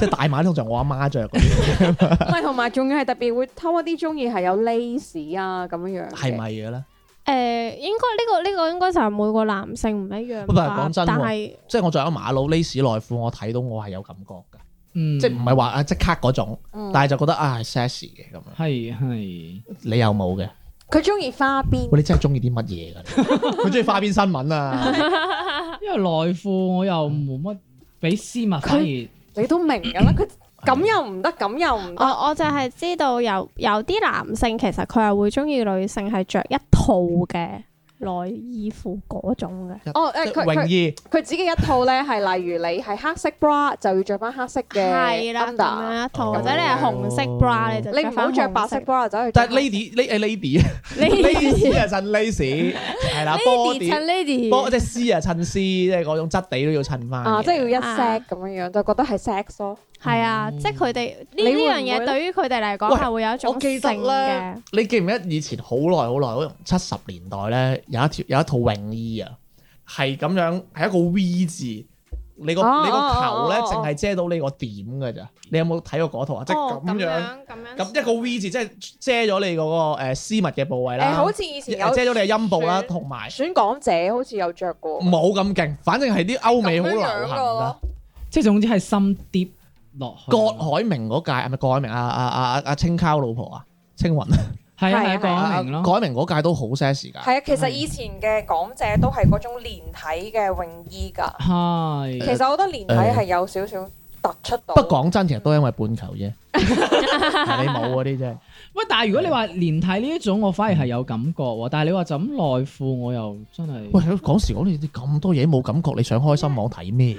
Speaker 1: 即係大碼通常我阿媽着嗰啲，
Speaker 3: 唔係同埋仲要係特別會偷一啲中意係有 lace 啊咁樣樣嘅，
Speaker 1: 係咪嘅咧？
Speaker 4: 誒、應該呢、個呢、個應該就係每個男性唔一樣
Speaker 1: 不過
Speaker 4: 吧
Speaker 1: 講真喎
Speaker 4: 但係
Speaker 1: 即係我着咗馬佬 lace 內褲，我睇到我係有感覺㗎，
Speaker 2: 嗯
Speaker 1: 即係唔係話啊即刻嗰種，
Speaker 3: 嗯？
Speaker 1: 但係就覺得啊係 sexy 嘅咁樣。
Speaker 2: 係係
Speaker 1: 你有冇嘅？
Speaker 3: 佢中意花邊
Speaker 1: 喂，你真係中意啲乜嘢㗎？ 你佢中意花邊新聞啊！
Speaker 2: 因為內褲我又冇乜俾絲襪，反而
Speaker 3: 你都明㗎啦，佢咁又唔得，咁又唔
Speaker 4: 我
Speaker 3: 得，
Speaker 4: 我就係知道有有啲男性其實佢係會中意女性係着一套嘅內衣褲嗰種嘅。
Speaker 3: 哦
Speaker 1: 即
Speaker 3: 誒
Speaker 1: 係
Speaker 3: 佢
Speaker 1: 泳
Speaker 3: 佢
Speaker 1: 衣
Speaker 3: 佢自己一套咧係例如你係黑色 bra 就要着翻黑色嘅
Speaker 4: 係啦，咁
Speaker 3: under，哦
Speaker 4: 樣一套，
Speaker 1: 哦
Speaker 4: 或者你係紅色 bra 你就
Speaker 3: 你唔好着
Speaker 4: 着
Speaker 3: 白
Speaker 4: 白
Speaker 3: 色
Speaker 4: 色
Speaker 3: bra 走去。
Speaker 1: 但係 lady 呢誒 lady
Speaker 4: 呢
Speaker 1: lady 啊襯 lace 係啦
Speaker 4: ，lady
Speaker 1: ，body
Speaker 4: 襯 lady，
Speaker 1: 波即係 C 啊，襯 C，即係嗰種質地都要襯翻。
Speaker 3: 啊，即係要一
Speaker 4: 啊
Speaker 3: set 咁樣樣，就覺得係 sex 咯。
Speaker 4: 係啊，即係佢哋呢
Speaker 3: 你會唔
Speaker 4: 呢
Speaker 3: 會
Speaker 4: 樣嘢
Speaker 3: 咧
Speaker 4: 對於佢哋嚟講
Speaker 1: 喂
Speaker 4: 係會有一
Speaker 1: 我
Speaker 4: 種
Speaker 1: 記
Speaker 4: 性
Speaker 1: 得咧
Speaker 4: 嘅。，
Speaker 1: 你記唔記得以前好耐好耐，好似七十年代咧，有一條有一套泳衣啊，係咁樣係一個 V 字，你個
Speaker 3: 哦
Speaker 1: 你個球咧
Speaker 3: 哦哦
Speaker 1: 淨係遮到呢個點㗎咋？你有冇睇過嗰套啊？即係
Speaker 4: 哦
Speaker 1: 咁
Speaker 4: 咁
Speaker 1: 樣
Speaker 4: 樣
Speaker 1: 咁一個 V 字，即係遮咗你嗰個誒私密嘅部位
Speaker 3: 誒，
Speaker 1: 啦呃
Speaker 3: 好，似以前有
Speaker 1: 遮咗你嘅陰部啦，
Speaker 3: 選
Speaker 1: 同埋
Speaker 3: 選港姐好似有着過。
Speaker 1: 冇咁勁，反正係啲歐美好
Speaker 3: 咁樣
Speaker 1: 流
Speaker 3: 樣
Speaker 1: 行
Speaker 3: 㗎
Speaker 1: 啦
Speaker 3: 咯。
Speaker 2: 即係總之係深啲落去。
Speaker 1: 郭海明嗰屆係咪郭海明啊啊啊啊啊青烤老婆啊青雲
Speaker 2: 係啊
Speaker 3: 係
Speaker 2: 係
Speaker 3: 啊係
Speaker 2: 啊
Speaker 1: 啊
Speaker 2: 講明咯，
Speaker 1: 郭海明嗰屆都好 sexy 㗎，
Speaker 3: 係啊，其實以前嘅港姐都係嗰種連體嘅泳衣㗎。其
Speaker 2: 係
Speaker 3: 實我覺得連體係有少少突出到。
Speaker 1: 嗯不過講真，其實都因為半球 啫， 係你冇嗰啲啫。
Speaker 2: 喂，但係如果你話連體呢一種，我反而係有感覺喎。但係你話就咁內褲，我又真係
Speaker 1: 喂，講時講你咁多嘢冇感覺，你上開心網 睇咩？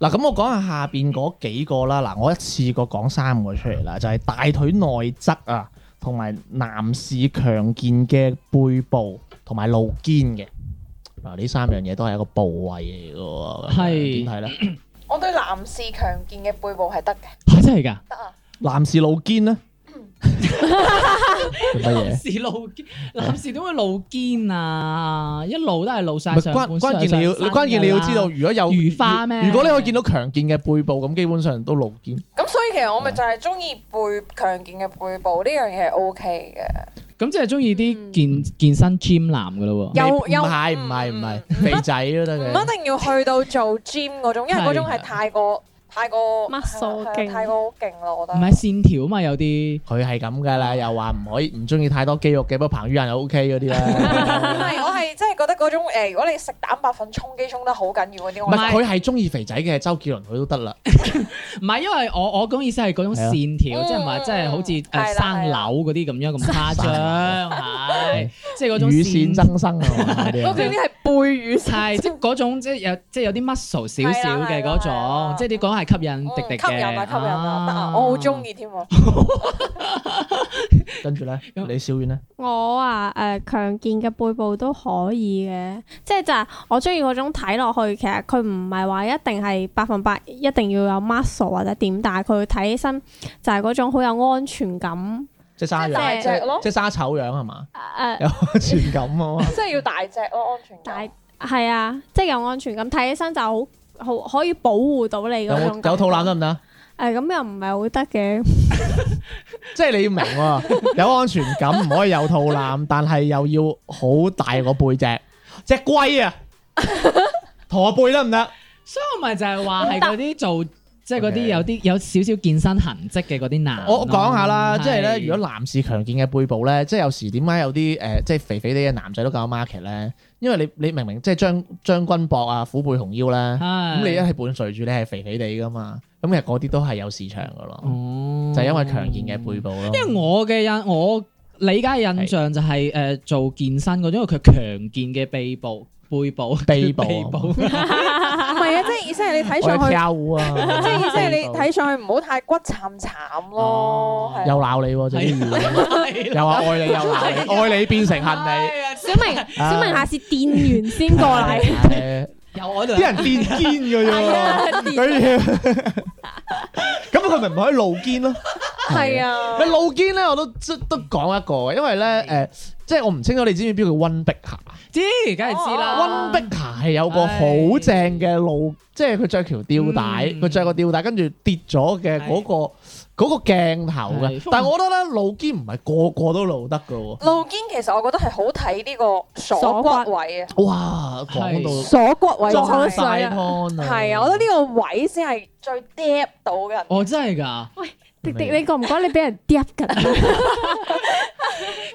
Speaker 1: 嗱，咁我講下下邊嗰幾個啦。嗱，我一次過講三個出嚟啦，就係大腿內側啊，同埋男士強健嘅背部同埋露肩嘅。嗱，呢三樣嘢都係一個部位嚟嘅喎。咁
Speaker 2: 係
Speaker 1: 點睇咧？
Speaker 3: 我對男士強健嘅背部係得嘅，
Speaker 2: 嚇真係㗎。
Speaker 3: 得啊。
Speaker 1: 男士露 肩咧？做乜嘢
Speaker 2: 男？士露 肩，男士點會露肩啊？一路都係露晒
Speaker 1: 唔係
Speaker 2: 上半
Speaker 1: 關關鍵
Speaker 2: 上
Speaker 1: 你要，
Speaker 2: 身㗎啦
Speaker 1: 關鍵你要知道，如果有
Speaker 2: 啊如花咩
Speaker 1: 如果你可以見到強健嘅背部，咁基本上都露肩。
Speaker 3: 咁所以其實我咪就係中意背強健嘅背部呢樣嘢係 O K 嘅。
Speaker 2: 咁即係中意啲
Speaker 3: 嗯
Speaker 2: 健健身 gym 男噶咯喎。
Speaker 3: 有
Speaker 1: 未
Speaker 3: 有
Speaker 1: 唔係唔係唔係肥仔都得
Speaker 3: 唔
Speaker 1: 嘅。
Speaker 3: 一定要去到做 gym 嗰種，因為嗰種
Speaker 2: 係
Speaker 3: 係太過太過
Speaker 4: Muscle
Speaker 3: 係啊
Speaker 4: 勁
Speaker 3: 太過好勁咯，我覺
Speaker 2: 唔
Speaker 3: 得
Speaker 2: 係。線條啊嘛，有啲
Speaker 1: 佢係咁噶啦，又話唔可以唔中意太多肌肉嘅，不過彭于晏又 OK 嗰啲啦。
Speaker 3: 唔係，我係真係覺得嗰種、呃、如果你食蛋白粉衝機衝得好緊要嗰啲，
Speaker 1: 唔
Speaker 3: 我
Speaker 1: 係
Speaker 3: 哦係
Speaker 1: 佢係中意肥仔嘅，周杰倫佢都得啦。
Speaker 2: 唔係因為我我講意思係嗰種
Speaker 1: 係啊
Speaker 2: 線條，
Speaker 3: 嗯
Speaker 2: 即係唔係即係好似
Speaker 3: 係啦
Speaker 2: 誒生樓嗰啲咁樣咁誇
Speaker 1: 生
Speaker 2: 張，係即係嗰種
Speaker 1: 乳腺
Speaker 2: 線
Speaker 1: 增生啊嘛，嗰 啲
Speaker 3: 嗰
Speaker 1: 啊
Speaker 3: 啲係背與身
Speaker 2: 係即係嗰種即係有即係有啲 muscle 少
Speaker 3: 係
Speaker 2: 少
Speaker 3: 啦
Speaker 2: 嘅
Speaker 3: 係啦
Speaker 2: 嗰
Speaker 3: 係
Speaker 2: 種
Speaker 3: 啦，
Speaker 2: 即係你講係吸引迪迪嘅，
Speaker 3: 吸引啊吸引啊，得啊，我好中。意添喎。
Speaker 1: 跟住咧，李小遠咧，
Speaker 4: 我啊誒、強健嘅背部都可以嘅，即係就係我中意嗰種睇落去，其實佢唔係話一定係百分百一定要有 muscle 或者點，但係佢睇起身就係嗰種好有安全感
Speaker 1: 即係沙
Speaker 4: 即
Speaker 1: 樣，
Speaker 4: 係
Speaker 1: 即
Speaker 3: 大隻咯
Speaker 1: 係即係沙丑樣係 嘛，
Speaker 4: 誒。
Speaker 1: 有安全感啊嘛。
Speaker 3: 即係要大隻咯，安全
Speaker 4: 但
Speaker 3: 感
Speaker 4: 係。係啊，即係有安全感，睇起身就好好可以保護到你
Speaker 1: 有
Speaker 4: 嗰
Speaker 1: 冇
Speaker 4: 種感覺。
Speaker 1: 有肚腩得唔得？
Speaker 4: 誒咁又唔係好得嘅，
Speaker 1: 即係你要明 喎，有安全感，唔可以有肚 腩，但係又要好大個背脊，隻龜啊！駝背得唔得？
Speaker 2: 所以我咪就係話係嗰啲做即係嗰啲
Speaker 1: OK
Speaker 2: 有啲有少少健身痕跡嘅嗰啲男咯。
Speaker 1: 我我講下啦，嗯即係咧，
Speaker 2: 係
Speaker 1: 如果男士強健嘅背部咧，即係有時點解有啲誒、呃即係肥肥哋嘅男仔都搞 market 咧？因為你你明明即係將將軍膊啊、虎背熊腰咧，
Speaker 2: 係
Speaker 1: 咁你一係伴隨住你係肥肥哋噶嘛，咁其實嗰啲都係有市場噶咯，
Speaker 2: 哦
Speaker 1: 就係因為強健嘅背部
Speaker 3: 哦
Speaker 2: 因
Speaker 1: 咯。
Speaker 2: 為我嘅印我理解嘅印象就係、誒、做健身嗰種，因為佢強健嘅臂部、背部、
Speaker 1: 臂部
Speaker 2: 背部。
Speaker 3: 唔係啊，即係意思係你睇
Speaker 1: 我
Speaker 3: 上
Speaker 1: 哋
Speaker 3: 去，
Speaker 1: 跳舞啊，
Speaker 3: 即係意思 係你
Speaker 1: 背部
Speaker 3: 睇上去唔好太骨慘慘咯。係啊
Speaker 1: 又鬧你喎，最 緊要
Speaker 2: 係
Speaker 1: 又話愛你又鬧 你，愛你變成恨你。
Speaker 2: 啊，
Speaker 4: 小明，小明下次電完先過 嚟。
Speaker 1: 係
Speaker 2: 有我度
Speaker 1: 啲人墊肩嘅啫
Speaker 3: 啊
Speaker 1: 喎，佢要咁佢咪唔可以露肩咯？
Speaker 3: 係啊
Speaker 1: 咪，露肩咧，我都即都講一個，因為咧誒、即係我唔清楚你知唔知邊個叫温碧霞？
Speaker 2: 知，梗係知
Speaker 4: 哦
Speaker 2: 啦。
Speaker 1: 温碧霞係有個好正嘅露，即係佢着條吊帶，
Speaker 2: 嗯
Speaker 1: 佢着個吊帶跟住跌咗嘅嗰個嗰個鏡頭嘅
Speaker 2: 係。
Speaker 1: 但係我覺得咧，露肩唔係個個都露得嘅喎。
Speaker 3: 露肩其實我覺得係好睇呢個鎖骨位啊，
Speaker 1: 哇，講到
Speaker 3: 鎖骨位
Speaker 1: 裝
Speaker 3: 真
Speaker 1: 晒
Speaker 3: 係
Speaker 1: con 啊！
Speaker 3: 係啊，我覺得呢個位先係最 d 到嘅人。
Speaker 2: 哦，真係㗎！
Speaker 4: 迪迪，你覺唔覺得你俾人揼 緊？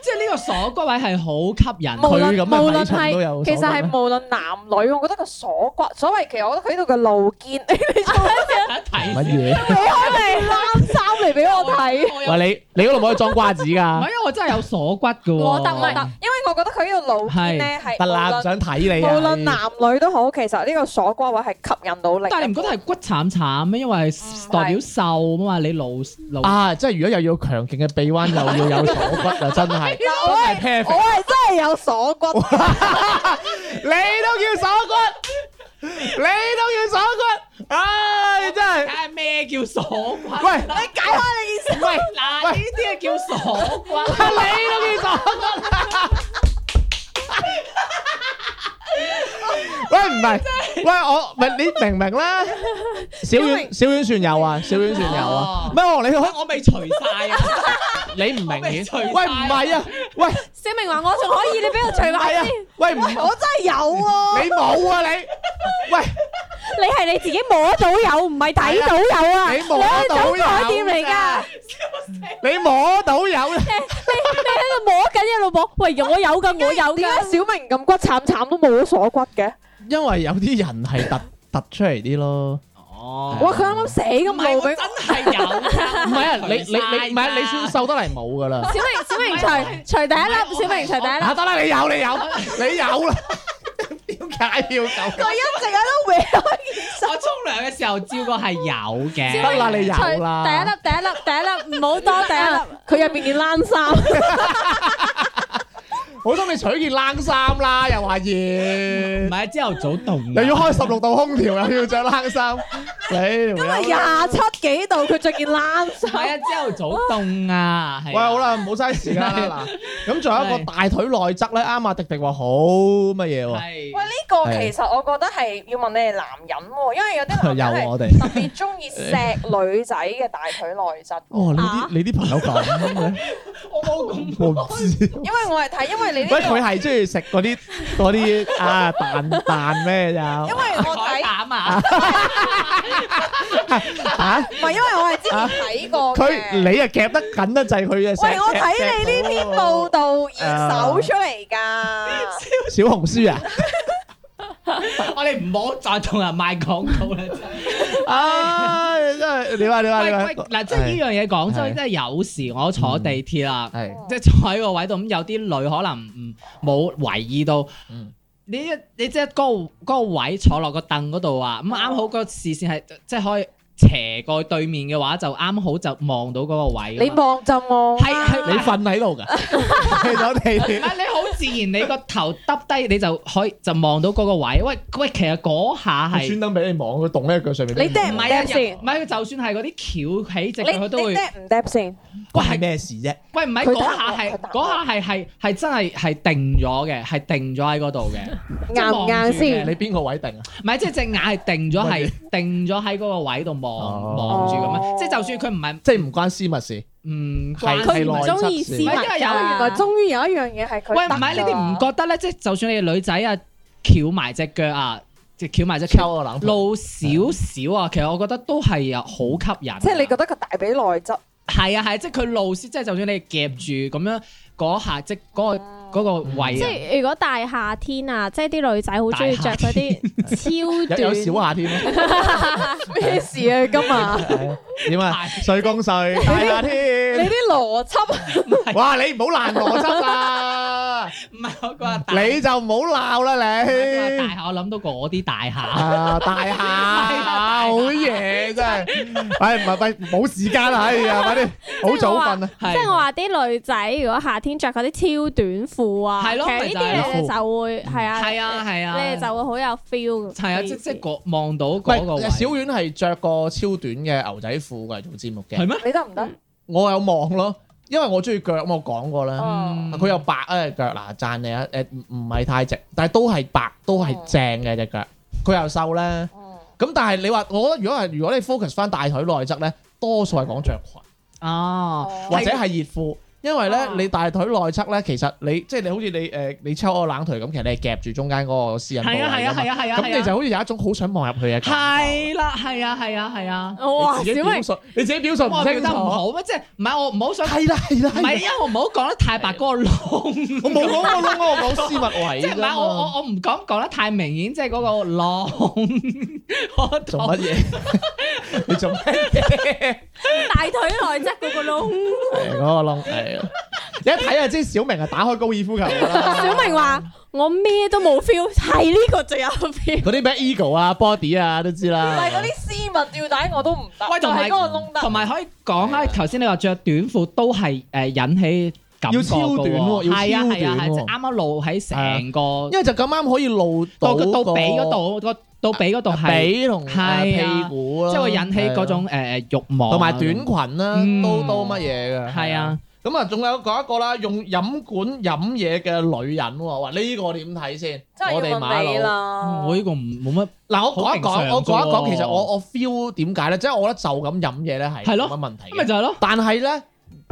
Speaker 2: 即係呢個鎖骨位係好吸引。
Speaker 3: 無論
Speaker 1: 佢咁
Speaker 3: 無
Speaker 1: 嘅
Speaker 3: 論
Speaker 1: 體重都有啊
Speaker 3: 係，其實係無論男女，我覺得個鎖骨，所謂其實我覺得佢呢度嘅露肩， 你
Speaker 4: 啊
Speaker 2: 睇
Speaker 1: 乜嘢？
Speaker 3: 俾開嚟攬衫嚟俾我睇，
Speaker 2: 我有唔
Speaker 1: 喂，你你嗰度唔可以裝瓜子
Speaker 2: 係因
Speaker 1: 㗎，
Speaker 2: 為我真係有鎖骨㗎喎。
Speaker 4: 我得我得
Speaker 3: 因為我覺得佢呢度露肩咧係
Speaker 1: 得啦，唔
Speaker 3: 無論
Speaker 1: 想睇你啊！
Speaker 3: 無論男女都好，其實呢個鎖骨位係吸引到你。
Speaker 2: 但係你唔覺得係骨慘慘咩？因為
Speaker 3: 嗯
Speaker 2: 代表瘦啊嘛，你老老
Speaker 1: 啊，即係如果又要強勁嘅 臂彎，又要有鎖骨啊，真係真係
Speaker 3: 我
Speaker 1: perfect。
Speaker 3: 係真係有鎖骨，
Speaker 1: 你都叫鎖骨，你都叫鎖骨，唉、真係。
Speaker 2: 睇咩叫鎖骨？
Speaker 1: 喂
Speaker 2: 解開你件事。喂，嗱，
Speaker 1: 喂
Speaker 2: 呢啲啊係叫鎖骨。
Speaker 1: 你都叫鎖骨。喂，唔係，喂我，唔係你明唔明啦？小丸小丸算有啊，小丸算有
Speaker 2: 哦。
Speaker 1: 啊唔係我你
Speaker 2: 喂我未除晒啊！
Speaker 1: 你唔明
Speaker 2: 我未
Speaker 1: 顯，
Speaker 2: 除
Speaker 1: 喂
Speaker 2: 晒
Speaker 1: 唔係啊，喂唔
Speaker 4: 小明話我仲可以，你俾我除埋
Speaker 1: 係啊
Speaker 4: 先。，
Speaker 1: 喂唔
Speaker 3: 我真係有喎。
Speaker 1: 你冇啊你，喂。
Speaker 4: 你係你自己摸到有，唔係睇到有啊！
Speaker 1: 你摸到有
Speaker 4: 你係酒店嚟㗎，
Speaker 1: 你摸到有啦，
Speaker 4: 你喺度摸緊一路摸。喂，我有㗎，我有
Speaker 3: 點解
Speaker 4: 㗎。
Speaker 3: 小明咁骨慘慘都冇咗鎖骨嘅？
Speaker 1: 因為有啲人係突突出嚟啲咯。
Speaker 2: 哦
Speaker 3: 哇！佢啱啱死咁
Speaker 2: 唔係
Speaker 3: 露
Speaker 2: 我
Speaker 3: 俾
Speaker 2: 真係有㗎，
Speaker 1: 唔
Speaker 2: 唔
Speaker 1: 係啊，你你你唔係啊你算瘦得嚟冇噶啦。
Speaker 4: 小明，小明除除第一粒，小明除第一粒。
Speaker 1: 啊得啦，你有你有你有啦，點解要
Speaker 3: 佢
Speaker 1: 咁？
Speaker 3: 一直喺度搲開件衫
Speaker 2: 我沖涼嘅時候照過係有
Speaker 4: 小
Speaker 2: 嘅。
Speaker 4: 明
Speaker 1: 得啦你有
Speaker 4: 除
Speaker 1: 啦
Speaker 4: 第一粒，第一粒，第一粒，唔好 多第一粒。
Speaker 3: 佢入邊件冷衫，
Speaker 1: 好心你取件冷衫啦，又話熱，
Speaker 2: 唔
Speaker 1: 又
Speaker 2: 係啊朝頭早凍，
Speaker 1: 要開十六度空調，又要着冷 衫，你條
Speaker 3: 啊
Speaker 1: 友
Speaker 3: 廿七幾度，佢着件冷
Speaker 2: 唔係
Speaker 3: 衫。
Speaker 2: 啊，朝頭早凍啊，係
Speaker 1: 喂，好
Speaker 2: 啦，
Speaker 1: 啦，唔好嘥時間啦 嗱。咁仲有一個
Speaker 2: 係
Speaker 1: 大腿內側咧，啱啊！迪迪話好乜嘢喎？
Speaker 2: 係
Speaker 3: 喂，呢個
Speaker 1: 係
Speaker 3: 其實我覺得係要問你哋男人喎，因為 有啲男人
Speaker 1: 有
Speaker 3: 係
Speaker 1: 我哋。
Speaker 3: 特別中意錫女仔嘅大腿內側，
Speaker 1: 哦，你
Speaker 4: 啊
Speaker 1: 啲你啲朋友咁嘅，
Speaker 2: 我冇咁
Speaker 1: 我唔知。
Speaker 3: 因為我係睇，因為你呢
Speaker 1: 喂，
Speaker 3: 個，
Speaker 1: 佢係中意食嗰 啲嗰啲啊蛋蛋咩咋？
Speaker 3: 因為我
Speaker 2: 改
Speaker 3: 睇，
Speaker 2: 膽啊！
Speaker 1: 嚇
Speaker 3: 唔係因為我係之前睇過嘅
Speaker 1: 佢你啊夾得緊得滯，佢啊成
Speaker 3: 喂，我睇你呢篇報
Speaker 1: 隻
Speaker 3: 道
Speaker 1: 啊
Speaker 3: 而搜出嚟㗎，
Speaker 1: 手小紅 書啊！
Speaker 2: 我哋唔好再同人賣廣告啦，真係
Speaker 1: 唉，真係你話你話
Speaker 2: 喂
Speaker 1: 你話
Speaker 2: 喂，嗱，即係呢樣嘢講真，
Speaker 1: 係
Speaker 2: 真係有時我坐地鐵啦，
Speaker 1: 係
Speaker 2: 即係坐喺個位度，咁有啲女可能唔冇留意到
Speaker 1: 嗯。
Speaker 2: 你一你即係嗰個嗰個位坐落個凳嗰度
Speaker 1: 嗯
Speaker 2: 啊，咁啱好個視線係即係可以斜過對面嘅話，就啱好就望到嗰個位㗎嘛。
Speaker 3: 你望就望，
Speaker 2: 係係
Speaker 1: 你瞓喺度㗎，去咗地
Speaker 2: 唔係
Speaker 1: 鐵
Speaker 2: 你好自然，你個頭耷低你就可以就望到嗰個位。喂喂，其實嗰下
Speaker 1: 佢專
Speaker 2: 係
Speaker 1: 登俾你望，佢動呢一腳上面俾
Speaker 3: 你
Speaker 1: 望。
Speaker 3: 掟唔
Speaker 2: 唔係啊
Speaker 3: 掟先
Speaker 2: 唔？係佢就算係嗰啲翹起隻腳，
Speaker 3: 你
Speaker 2: 佢都
Speaker 3: 你
Speaker 2: 會。
Speaker 3: 掟唔掟先？
Speaker 2: 喂
Speaker 1: 關你咩事啫？
Speaker 2: 喂，唔係
Speaker 3: 佢
Speaker 2: 嗰下
Speaker 3: 彈
Speaker 2: 係
Speaker 3: 我佢彈
Speaker 2: 嗰下係係係真係係定咗嘅，係定咗喺嗰度嘅，即
Speaker 3: 硬
Speaker 2: 係
Speaker 3: 唔
Speaker 2: 望住
Speaker 3: 硬
Speaker 2: 嘅
Speaker 3: 先？
Speaker 1: 你邊個位定啊？
Speaker 2: 唔係即係隻眼係定咗係定咗喺嗰個位度望
Speaker 1: 哦
Speaker 2: 望住咁
Speaker 3: 哦
Speaker 2: 樣，即係就算佢唔係
Speaker 1: 即係唔關私密事，
Speaker 2: 唔
Speaker 1: 係
Speaker 2: 關
Speaker 4: 佢
Speaker 2: 事
Speaker 4: 唔
Speaker 1: 內
Speaker 4: 中意絲襪
Speaker 2: 唔係因為有
Speaker 4: 㗎
Speaker 3: 原來終於有一樣嘢係佢
Speaker 2: 喂，唔
Speaker 3: 得
Speaker 2: 係你
Speaker 3: 㗎
Speaker 2: 哋唔覺得咧？即係就算你哋女仔啊，翹埋只腳啊，即係翹埋隻
Speaker 1: 抽
Speaker 2: 腳
Speaker 1: 個冷盤
Speaker 2: 露少少啊，其實我覺得都係啊好吸引啊。
Speaker 3: 即係你覺得個大髀內側
Speaker 2: 係啊係啊，即係佢露絲，即係就算你夾住咁樣嗰下，即係嗰個嗰個
Speaker 4: 即
Speaker 2: 位啊，
Speaker 4: 係如果大夏天啊，即係啲女仔好中意着嗰啲超
Speaker 1: 有有小
Speaker 4: 短。
Speaker 1: 夏添 啊，
Speaker 3: 咩事啊？今日
Speaker 1: 係啊點啊？水公 水大夏
Speaker 3: 你
Speaker 1: 天，
Speaker 3: 啲邏
Speaker 4: 啊
Speaker 3: 輯
Speaker 1: 哇！你唔好爛邏 輯啊！
Speaker 2: 唔係我話大
Speaker 1: 你就唔好鬧啦
Speaker 2: 佢話
Speaker 1: 你
Speaker 2: 大。廈，我諗到嗰啲大廈。
Speaker 1: 啊！大廈好嘢真係，唉唔係喂冇時間啦，哎呀快啲，好早瞓啊！
Speaker 4: 即係我話啲女仔如果夏天着嗰啲超短褲啊，
Speaker 2: 係咯
Speaker 4: 其實呢啲你
Speaker 2: 咪就係
Speaker 4: 哋就會係啊，
Speaker 2: 係啊係
Speaker 4: 你
Speaker 2: 啊，
Speaker 4: 哋就會好有 feel 嘅。
Speaker 2: 係啊，即即
Speaker 4: 係
Speaker 2: 嗰望到
Speaker 1: 喂
Speaker 2: 嗰個位
Speaker 1: 小丸係着個超短嘅牛仔褲嚟做節目
Speaker 2: 係
Speaker 1: 嘅，
Speaker 2: 咩？
Speaker 3: 你得唔得？
Speaker 1: 我有望咯，因為我中意腳，我講過啦。
Speaker 3: 哦
Speaker 1: 佢又白啊隻腳，嗱讚你啊，誒唔唔係太直，但係都係白，都係正嘅只腳。佢又瘦咧，
Speaker 3: 哦
Speaker 1: 咁但係你話，我覺得如果係如果你 focus 翻大腿內側咧，多數係講着裙。
Speaker 2: 哦，
Speaker 1: 或者係熱褲，因為咧
Speaker 3: 啊
Speaker 1: 你大腿內側咧，其實你即係你好似你誒你抽我冷腿咁，其實你係夾住中間嗰個私隱部位
Speaker 2: 係啊係啊係
Speaker 1: 啊，
Speaker 2: 啊係啊，
Speaker 1: 咁你就好似有一種好想望入去嘅感覺。
Speaker 2: 係啦係啊係啊係啊，
Speaker 4: 哇，小
Speaker 1: 你自己表
Speaker 4: 明
Speaker 1: 述你自己表述唔
Speaker 2: 我
Speaker 1: 清
Speaker 2: 覺得
Speaker 1: 楚。
Speaker 2: 唔好咩？即係唔係我唔好想，唔
Speaker 1: 係啦係啦，係
Speaker 2: 係
Speaker 1: 啦
Speaker 2: 因為我唔好講得太白嗰個窿。
Speaker 1: 我冇講我窿，我講私密位
Speaker 2: 即係
Speaker 1: 啫
Speaker 2: 唔係我
Speaker 1: 嘛。
Speaker 2: 我我唔敢講得太明顯，即係嗰個浪， 我
Speaker 1: 做乜嘢？你做乜嘢？
Speaker 4: 大腿內側嗰個窿。
Speaker 1: 係嗰個窿係啊！一睇就知小明係打開高爾夫球㗎啦。
Speaker 4: 小明話：我咩都冇 feel，係呢個最有 feel。
Speaker 1: 嗰啲咩 ego 啊、body à, 啊都知
Speaker 3: 唔
Speaker 1: 啦。
Speaker 3: 係嗰啲絲襪吊帶我都唔得，
Speaker 2: 喂，
Speaker 3: 就
Speaker 2: 同
Speaker 3: 係
Speaker 2: 埋
Speaker 3: 嗰個窿得。
Speaker 2: 同埋可以講下，頭先你話着短褲都係誒引起感覺
Speaker 1: 要超短喎要
Speaker 2: 係啊係
Speaker 1: 超
Speaker 2: 啊
Speaker 1: 短
Speaker 2: 係，
Speaker 1: 喎
Speaker 2: 即係啱啱露喺成個
Speaker 1: 因為就咁啱可以露
Speaker 2: 到
Speaker 1: 到
Speaker 2: 個到
Speaker 1: 個
Speaker 2: 髀嗰度，個到髀
Speaker 1: À,
Speaker 2: 嗰度係，
Speaker 1: 髀同誒
Speaker 2: 係啊
Speaker 1: 屁股咯，
Speaker 2: 即係會引起
Speaker 1: ờ,
Speaker 2: 嗰種誒慾望，
Speaker 1: 同埋短裙啦，
Speaker 2: 嗯
Speaker 1: 都都乜嘢嘅。
Speaker 2: 係啊。
Speaker 1: 咁啊，仲有講一個啦，用飲管飲嘢嘅女人喎，哇！呢個點睇先？
Speaker 3: 真係
Speaker 1: 我哋
Speaker 3: 要
Speaker 1: 馬
Speaker 3: 問你
Speaker 1: 佬
Speaker 3: 啦。
Speaker 2: 我呢個唔冇乜，
Speaker 1: 嗱，我講一
Speaker 2: 好平
Speaker 1: 講，
Speaker 2: 常
Speaker 1: 我講一
Speaker 2: 啫喎
Speaker 1: 講，其實我我 feel 點解咧？即係我覺得就咁飲嘢咧係
Speaker 2: 係
Speaker 1: 冇
Speaker 2: 咯
Speaker 1: 乜問題
Speaker 2: 咪
Speaker 1: 嘅，
Speaker 2: 就係咯，
Speaker 1: 但係咧，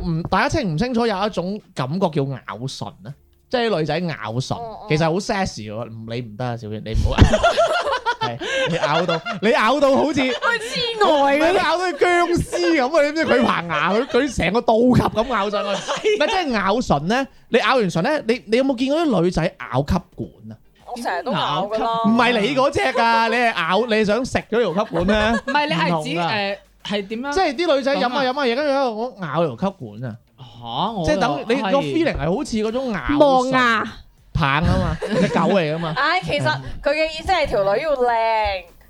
Speaker 1: 唔大家清唔清楚有一種感覺叫咬唇咧，即係啲女仔咬唇
Speaker 3: 哦哦，
Speaker 1: 其實好 sexy 喎，唔你唔得啊， 小月，你唔好。係你咬到，你咬到好似〜
Speaker 3: 之外
Speaker 1: 佢咬到僵屍咁啊！你知唔知佢棚牙佢佢成個倒級咁咬上去？咪即係咬唇咧？你咬完唇咧，你你有冇見過啲女仔咬吸管啊？
Speaker 3: 我成日都咬噶啦。
Speaker 1: 唔係你嗰只 噶，你係咬你係想食咗條吸管咧？
Speaker 2: 唔係你係指
Speaker 1: 唔同㗎
Speaker 2: 誒係點樣？
Speaker 1: 即係啲女仔飲
Speaker 2: 咁啊
Speaker 1: 下飲下嘢，跟住喺度咬條吸管啊！
Speaker 2: 嚇，我
Speaker 1: 即係等你
Speaker 2: 係
Speaker 1: 個 feeling 係好似嗰種咬
Speaker 4: 磨牙
Speaker 1: 棒啊 嘛，只狗嚟噶嘛。
Speaker 3: 唉，其實佢嘅意思係條女要靚，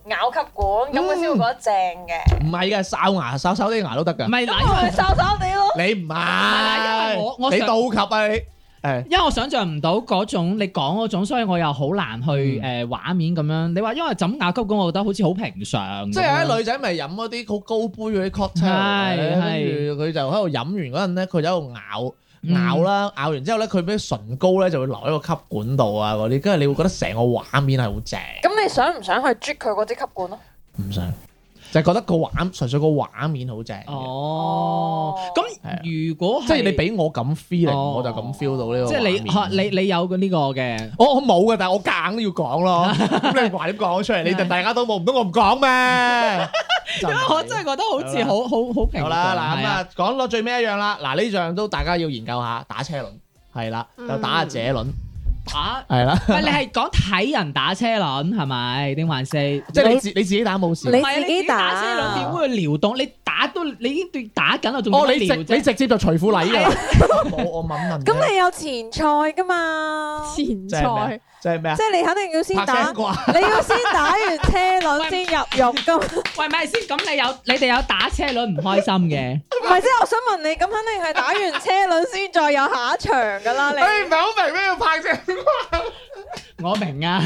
Speaker 3: 咬吸管，咁佢先會覺得正嘅。
Speaker 1: 唔係嘅，哨牙哨哨啲牙都得
Speaker 2: 唔
Speaker 1: 㗎。
Speaker 2: 係嗱，因為
Speaker 3: 咪哨哨地咯。
Speaker 1: 你唔
Speaker 2: 係因為我我
Speaker 1: 係，你
Speaker 2: 想
Speaker 1: 倒級啊你！誒
Speaker 2: 因為我想象唔到嗰種你講嗰種，所以我又好難去誒、
Speaker 1: 嗯
Speaker 2: 呃、畫面咁樣。你話因為枕牙吸管，我覺得好似好平常咁樣。
Speaker 1: 即係有啲女仔咪飲嗰啲好高杯嗰啲 cocktail，
Speaker 2: 係係
Speaker 1: 跟住佢就喺度飲完嗰陣咧，佢就喺度咬
Speaker 2: 嗯
Speaker 1: 咬啦，咬完之後咧，佢啲唇膏咧就會留喺個吸管度啊嗰啲，跟住你會覺得成個畫面係好正，
Speaker 3: 咁你想唔想去啜佢嗰支吸管咯？
Speaker 1: 唔想就係覺得個畫純粹個畫面好正嘅，
Speaker 2: 哦，咁
Speaker 1: 係啊
Speaker 2: 如果
Speaker 1: 即係你俾我咁 feeling，
Speaker 2: 哦
Speaker 1: 我就咁 feel 到呢個
Speaker 2: 即
Speaker 1: 畫面。
Speaker 2: 係你你你有個呢個嘅，
Speaker 1: 我我冇嘅，但係我夾硬都要講咯。咁你話點講出嚟？你哋大家都冇，唔通我唔講咩？因
Speaker 2: 我真係覺得好似好好好平常。
Speaker 1: 好啦，嗱
Speaker 2: 係
Speaker 1: 咁
Speaker 2: 啊，
Speaker 1: 啊，講到最尾一樣啦，嗱呢樣都大家要研究下打車輪，係啦，又打下這輪，
Speaker 2: 打
Speaker 1: 係啦，
Speaker 2: 喂你係講睇人打車輪係咪？定還是？
Speaker 1: 即係你自你自己打冇事。
Speaker 2: 唔係你打車輪點會撩動？你打都你已經打緊啦，仲
Speaker 1: 哦，
Speaker 2: 點
Speaker 1: 你
Speaker 2: 撩
Speaker 1: 直
Speaker 2: 啫
Speaker 1: 你？直接就除褲禮㗎啦，冇我問問啫。
Speaker 3: 咁你有前菜噶嘛？
Speaker 4: 前
Speaker 1: 即係咩
Speaker 4: 菜，？
Speaker 1: 即係咩啊
Speaker 3: 即？係你肯定要先
Speaker 1: 拍
Speaker 3: 打
Speaker 1: 聲，啩？
Speaker 3: 你要先打完車輪先入肉噶嘛。
Speaker 2: 喂，咪先，咁你有你哋有打車輪唔開心嘅？
Speaker 3: 唔係，即係我想問你，咁肯定係打完車輪先再有下一場 噶啦，你。
Speaker 1: 誒唔係好明咩要拍聲？
Speaker 2: 我明啊，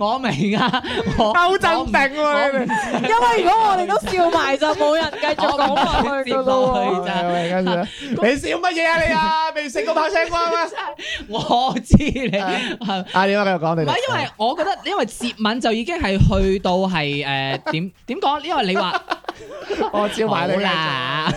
Speaker 2: 我明啊，我
Speaker 1: 夠鎮定喎你哋
Speaker 3: 因為如果我哋都笑埋，就冇人繼續講落去噶咯
Speaker 2: 係啊
Speaker 1: 喂跟住咧你笑乜嘢啊你啊？未食過拍聲瓜咩？
Speaker 2: 我知你
Speaker 1: 係
Speaker 2: 係
Speaker 1: 啊，點解繼續講
Speaker 2: 唔
Speaker 1: 你哋？
Speaker 2: 係因為我覺得，因為接吻就已經係去到係誒點點講？因為你話
Speaker 1: 我照埋
Speaker 2: 好
Speaker 1: 你
Speaker 2: 啦，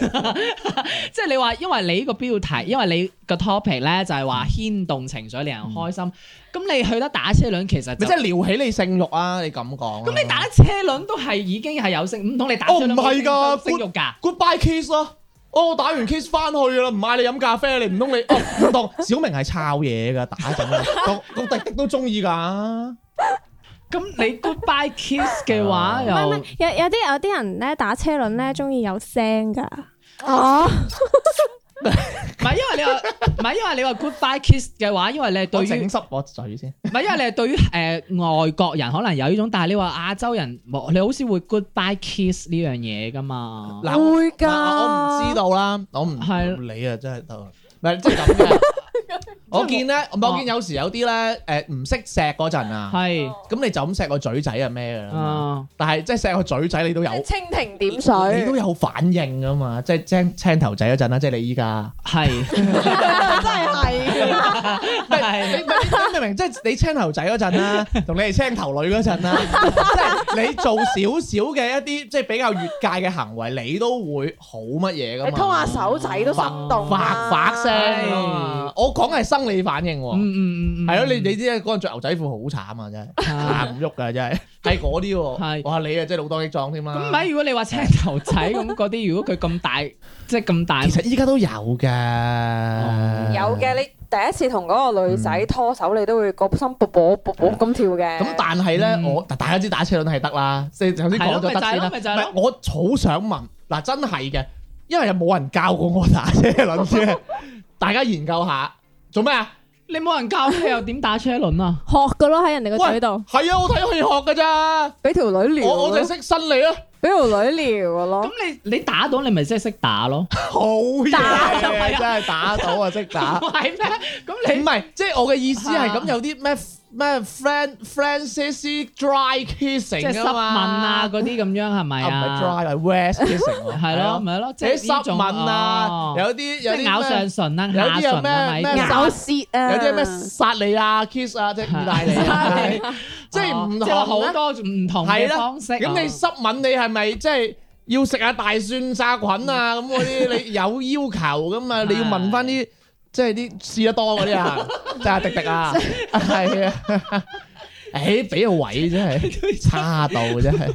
Speaker 2: 即係你話，因為你呢個標題，因為你個 topic 咧就係話
Speaker 1: 嗯
Speaker 2: 牽動情緒令人開心，咁你去得打車輪其實
Speaker 1: 咪
Speaker 2: 就
Speaker 1: 即係撩起你性慾啊！你咁講，
Speaker 2: 咁你打車輪都係已經係有性，唔通你打車
Speaker 1: 哦唔
Speaker 2: 輪
Speaker 1: 係㗎
Speaker 2: 冇性慾㗎？
Speaker 1: goodbye kiss 咯。哦，打完 kiss 翻去噶啦，唔嗌你飲咖啡，你唔通你哦唔當小明係抄嘢噶，打 緊，啊個個迪迪都中意㗎。
Speaker 2: 咁你 goodbye kiss 嘅話
Speaker 4: 唔
Speaker 3: 啊
Speaker 4: 係唔
Speaker 2: 又
Speaker 4: 係，有有啲有啲人咧打車輪咧，中意有聲㗎。
Speaker 3: 啊，
Speaker 2: 唔係因為你話唔係因為你話 goodbye kiss 嘅話，因為你係對
Speaker 1: 我
Speaker 2: 於
Speaker 1: 整濕我嘴先。
Speaker 2: 唔係因為你係對於誒外國人可能有呢種，但係你話亞洲人冇，你好少會 goodbye kiss 呢樣嘢㗎嘛？
Speaker 1: 嗱我
Speaker 3: 會㗎
Speaker 1: 嗱我唔知道啦，我唔
Speaker 2: 係
Speaker 1: 你啊，真係得啊，唔係即係咁 嘅。我見咧，我見有時有啲咧，誒唔識錫嗰陣啊，
Speaker 2: 係
Speaker 1: 咁你就咁錫個嘴仔係咩㗎啦？
Speaker 2: 啊，哎
Speaker 1: 但係即係錫個嘴仔你都有，
Speaker 3: 蜻蜓點
Speaker 1: 你都
Speaker 3: 水，
Speaker 1: 有反應㗎嘛？即係青青頭仔嗰陣啦，即係你依家。
Speaker 2: 係。
Speaker 3: 真
Speaker 2: 係
Speaker 1: 你你
Speaker 3: 係係。
Speaker 1: 你明唔明？即係你青頭仔嗰陣啦，同你係青頭女嗰陣啦，即係你做少少嘅一啲即係比較越界嘅行為，你都會好乜嘢噶嘛？
Speaker 3: 你拖下手仔都心動
Speaker 1: 發
Speaker 3: 啦，
Speaker 1: 發聲啊嘛！我講係生理反應
Speaker 2: 嗯
Speaker 1: 喎，
Speaker 2: 嗯嗯，
Speaker 1: 係咯，你你知啊嗰陣着牛仔褲好慘啊，真 係行唔喐㗎，真係係嗰啲喎。
Speaker 2: 係
Speaker 1: 哇，你啊真係老當益壯添啦。
Speaker 2: 咁唔係，如果你話青頭仔咁嗰啲，如果佢咁 大，即係咁大，
Speaker 1: 其實依家都有㗎，
Speaker 2: 哦
Speaker 3: 有嘅，。你第一次同嗰個女仔拖手，你都會個心勃勃勃勃咁跳嘅。
Speaker 1: 咁但係咧，
Speaker 2: 嗯
Speaker 1: 我大家知打車輪係得啦，即係頭先講咗得先
Speaker 2: 係
Speaker 1: 啦。
Speaker 2: 咯咪就係咯
Speaker 1: 唔
Speaker 2: 咪就係
Speaker 1: 係
Speaker 2: 咯
Speaker 1: 我好想問嗱，真係嘅，因為又冇人教過我打車 輪啫。大家研究下做咩啊？
Speaker 2: 你冇人教你又點打車輪
Speaker 1: 哦
Speaker 2: 啊？
Speaker 4: 學㗎咯，喺人哋個嘴度。
Speaker 1: 係啊，我睇佢學㗎咋，
Speaker 3: 俾條女撩，
Speaker 1: 我我就識伸你啊，
Speaker 3: 俾條女撩嘅咯
Speaker 2: 咁。你你打到你咪即係識打咯，
Speaker 1: 好嘢，
Speaker 2: 到係啊
Speaker 1: 真係打到啊，識打。
Speaker 2: 係咩？咁
Speaker 1: 唔
Speaker 2: 你
Speaker 1: 係，即係我嘅意思係咁，
Speaker 2: 啊
Speaker 1: 有啲咩咩 friend Francis dry
Speaker 2: 即
Speaker 1: kissing
Speaker 2: 係濕
Speaker 1: 㗎
Speaker 2: 吻
Speaker 1: 嘛
Speaker 2: 啊嗰啲咁樣係咪
Speaker 1: 啊唔係
Speaker 2: 啊？
Speaker 1: dry 係 west kissing 喎
Speaker 2: 係咯，咪係咯，即
Speaker 1: 有
Speaker 2: 係哦
Speaker 1: 啲濕吻啊，有啲有
Speaker 2: 即係
Speaker 1: 啲
Speaker 2: 咬
Speaker 1: 咩
Speaker 2: 上唇啊，
Speaker 1: 有
Speaker 2: 下
Speaker 1: 啲有
Speaker 2: 唇啊咪
Speaker 1: 咩咩
Speaker 2: 啲
Speaker 1: 手
Speaker 3: 有舌啊，
Speaker 1: 有啲咩薩利啊、kiss 啊，即係意大利啊，即係唔
Speaker 2: 哦即係話
Speaker 1: 同
Speaker 2: 好
Speaker 1: 咧。
Speaker 2: 多唔同
Speaker 1: 係
Speaker 2: 嘅
Speaker 1: 啦
Speaker 2: 方式啊。
Speaker 1: 咁你濕吻你係咪即係要食下大蒜炸菌啊？咁嗰啲你有要求噶嘛？你要問翻啲即係啲試得多嗰啲啊，就係迪迪啊，係啊。誒俾個位真係差到真係，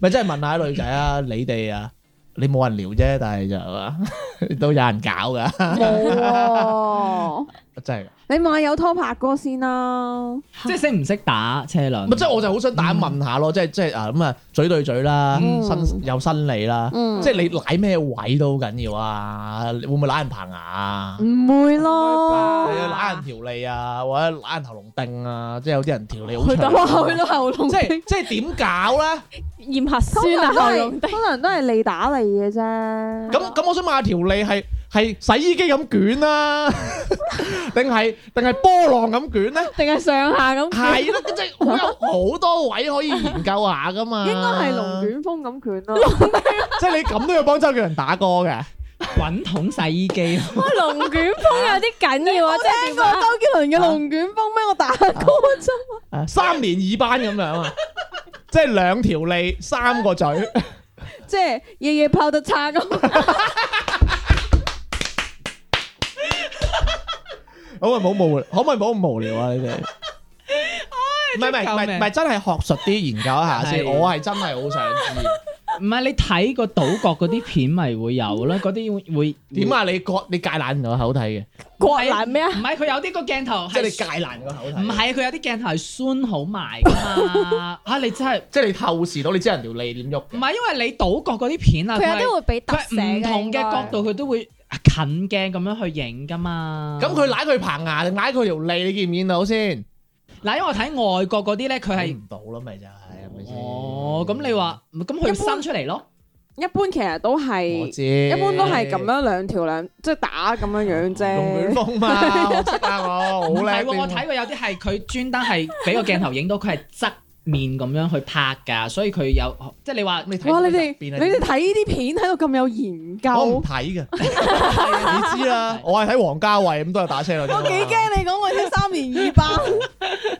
Speaker 1: 咪真係問下啲女仔啊，你哋啊，你冇人聊啫，但係就係嘛，都有人搞噶，
Speaker 3: 冇喎。
Speaker 1: 真係。
Speaker 3: 你問下有拖拍過先啦，
Speaker 2: 即係識唔識打車輪？
Speaker 1: 咪即係我就好想大家問下咯，即係即係啊咁啊，嘴對嘴啦，
Speaker 3: 嗯
Speaker 1: 身有身理啦，
Speaker 3: 嗯
Speaker 1: 即係你舐咩位都好緊要啊！會唔會舐人棚牙啊？
Speaker 3: 唔會咯，
Speaker 1: 係啊，舐人條脷啊，或者舐人喉嚨釘啊，即係有啲人條脷好
Speaker 3: 到
Speaker 1: 長
Speaker 3: 去
Speaker 1: 啊，
Speaker 3: 到喉嚨
Speaker 1: 即係即係點搞咧？
Speaker 4: 驗核酸啊，
Speaker 3: 通常
Speaker 4: 喉
Speaker 3: 都
Speaker 4: 嚨
Speaker 3: 係
Speaker 4: 的。
Speaker 3: 通常都係你打你嘅啫。
Speaker 1: 咁咁，我想問下條脷係係洗衣機咁捲啦， 定係定係波浪咁捲咧？
Speaker 4: 定係上下咁。
Speaker 1: 係咯，即係好有好多位可以研究下噶嘛。
Speaker 3: 應該係龍，捲風咁捲咯，
Speaker 1: 即係你咁都要幫周杰倫打歌嘅。
Speaker 2: 滾筒洗衣機。
Speaker 4: 哇，龍捲風有啲緊要啊，即係點啊？
Speaker 3: 周杰倫嘅龍捲風咩？我打歌啫，
Speaker 1: 啊三年二班咁樣啊，即係兩條脷三個嘴，
Speaker 3: 即係夜夜泡得差咁。
Speaker 1: 可唔可以唔好無可唔可以唔好咁無聊啊？你哋唔係唔係唔係唔係真係學術啲研究一下先，
Speaker 2: 係
Speaker 1: 我係真係好想知
Speaker 2: 唔係你睇個島國嗰啲片咪會有啦，嗰啲會會
Speaker 1: 點？啊！你割你戒爛個口睇嘅，
Speaker 4: 國
Speaker 3: 哎
Speaker 4: 難咩啊
Speaker 2: 唔？係佢有啲個鏡頭
Speaker 1: 即係你戒
Speaker 2: 係
Speaker 1: 爛個口睇，
Speaker 2: 唔係佢有啲鏡頭係酸好埋㗎嘛？ 嚇你真係
Speaker 1: 即係你透視到你知人條脷點喐
Speaker 2: 唔
Speaker 1: 嘅。
Speaker 2: 係因為你島國嗰啲片啊，
Speaker 4: 佢有啲
Speaker 2: 係
Speaker 4: 會俾特
Speaker 2: 佢
Speaker 4: 寫
Speaker 2: 係唔同嘅角度佢都會近鏡咁樣去影㗎嘛。
Speaker 1: 咁佢舐佢棚牙定舐佢條脷，你見唔見到先？
Speaker 2: 嗱，因為我睇外國嗰啲咧，佢
Speaker 1: 睇
Speaker 2: 係
Speaker 1: 唔到啦，咪就係係咪先？
Speaker 2: 哦咁你話咁佢伸出嚟咯，
Speaker 3: 一般其實都係，
Speaker 1: 我
Speaker 3: 一
Speaker 1: 知，
Speaker 3: 般都係咁樣兩條兩，即係打咁樣樣
Speaker 1: 龍捲
Speaker 3: 啫。
Speaker 1: 風嘛，我識啊我，好
Speaker 2: 唔
Speaker 1: 叻
Speaker 2: 係喎，
Speaker 1: 添
Speaker 2: 我睇過有啲係佢專登係俾個鏡頭影到佢係側面咁樣去拍㗎，所以佢有即係你話
Speaker 1: 你睇
Speaker 3: 哇！
Speaker 1: 到
Speaker 3: 你哋
Speaker 1: 入
Speaker 3: 你
Speaker 1: 邊係
Speaker 3: 哋睇呢啲片睇到咁有研究，
Speaker 1: 我唔
Speaker 3: 我
Speaker 1: 睇嘅，你知啦。我係睇王家衞咁都有打車輪。
Speaker 3: 幾驚你講我啲三年二班。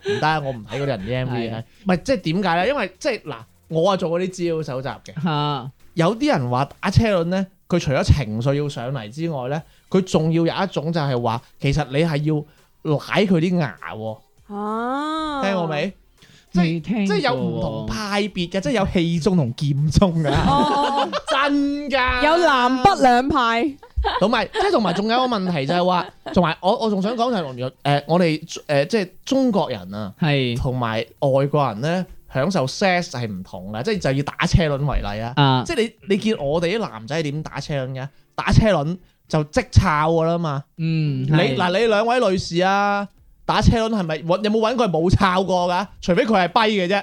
Speaker 1: 唔得，我唔睇嗰啲人啲 M V
Speaker 2: 係
Speaker 1: 唔係即係點解咧？因為即係嗱，我啊做嗰啲資料搜集嘅。
Speaker 2: 吓，
Speaker 1: 有啲人話打車輪咧，佢除咗情緒要上嚟之外咧，佢仲要有一種就係話，其實你係要舐佢啲牙喎，
Speaker 3: 哦啊，
Speaker 1: 聽過未？即係
Speaker 2: 未聽
Speaker 1: 即係有唔同派別嘅，即係有氣宗同劍宗嘅，
Speaker 3: 哦？
Speaker 1: 真㗎。
Speaker 3: 有南北兩派，
Speaker 1: 同埋即係同埋仲有一個問題就係話，同埋我我仲想講就係誒我哋誒、即係中國人啊，
Speaker 2: 係
Speaker 1: 同埋外國人咧享受 sex 係唔同嘅，即係就以打車輪為例啊。
Speaker 2: 啊，
Speaker 1: 即係你你見我哋啲男仔係點打車輪嘅？打車輪就即抄㗎啦嘛。
Speaker 2: 嗯，
Speaker 1: 你
Speaker 2: 係
Speaker 1: 嗱你兩位女士啊，打車輪係咪揾有冇揾過係冇抄過㗎？除非佢係跛嘅啫。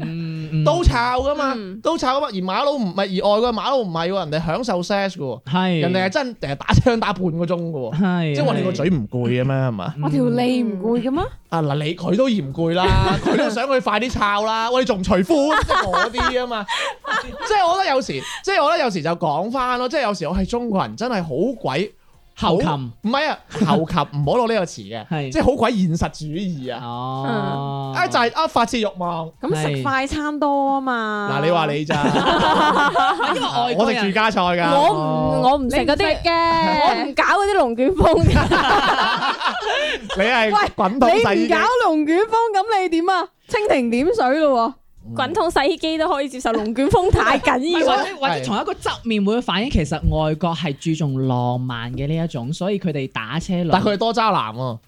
Speaker 2: 嗯，嗯
Speaker 1: 都抄噶嘛
Speaker 3: 嗯，
Speaker 1: 都抄噶嘛。而馬佬唔係，而外國嘅馬佬唔係喎，人哋享受 sex 嘅喎，
Speaker 2: 係，
Speaker 1: 人哋係真誒打槍打半個鐘嘅喎，
Speaker 2: 係，
Speaker 1: 即係話你個
Speaker 2: 係
Speaker 1: 嘴唔攰嘅咩係嘛？
Speaker 2: 嗯
Speaker 3: 脷唔攰嘅咩？
Speaker 1: 啊嗱，你佢都嫌 攰啦，佢都想佢快啲抄啦。喂，你仲唔除褲？即係嗰啲啊嘛。即係我覺得有時，即係我覺得有時就講翻咯。即係有時我係中國人，真係好鬼
Speaker 2: 後
Speaker 1: 好
Speaker 2: 擒
Speaker 1: 唔係啊，後及唔好攞呢個詞嘅，
Speaker 2: 係
Speaker 1: 即係好鬼現實主義啊。
Speaker 2: 哦，
Speaker 1: 啊就係啊發泄慾望
Speaker 3: 咁食
Speaker 2: 係
Speaker 3: 快餐多啊嘛。
Speaker 1: 嗱，你話你咋？
Speaker 2: 啊因為外
Speaker 1: 我
Speaker 2: 國
Speaker 1: 食住
Speaker 2: 人
Speaker 1: 家菜㗎。哦
Speaker 4: 我唔我唔食嗰啲，我唔搞嗰啲龍捲風。
Speaker 1: 你係滾筒洗
Speaker 3: 你
Speaker 1: 衣
Speaker 3: 唔
Speaker 1: 機
Speaker 3: 搞 龍捲風，咁你點啊？蜻蜓點水咯
Speaker 4: 滾筒洗衣機都可以接受，龍捲風太緊
Speaker 2: 唔係
Speaker 4: 要
Speaker 2: 或
Speaker 4: 啦。
Speaker 2: 者或者從一個側面會反映，其實外國係注重浪漫嘅呢一種，所以佢哋打車輪。
Speaker 1: 但佢係多渣男喎，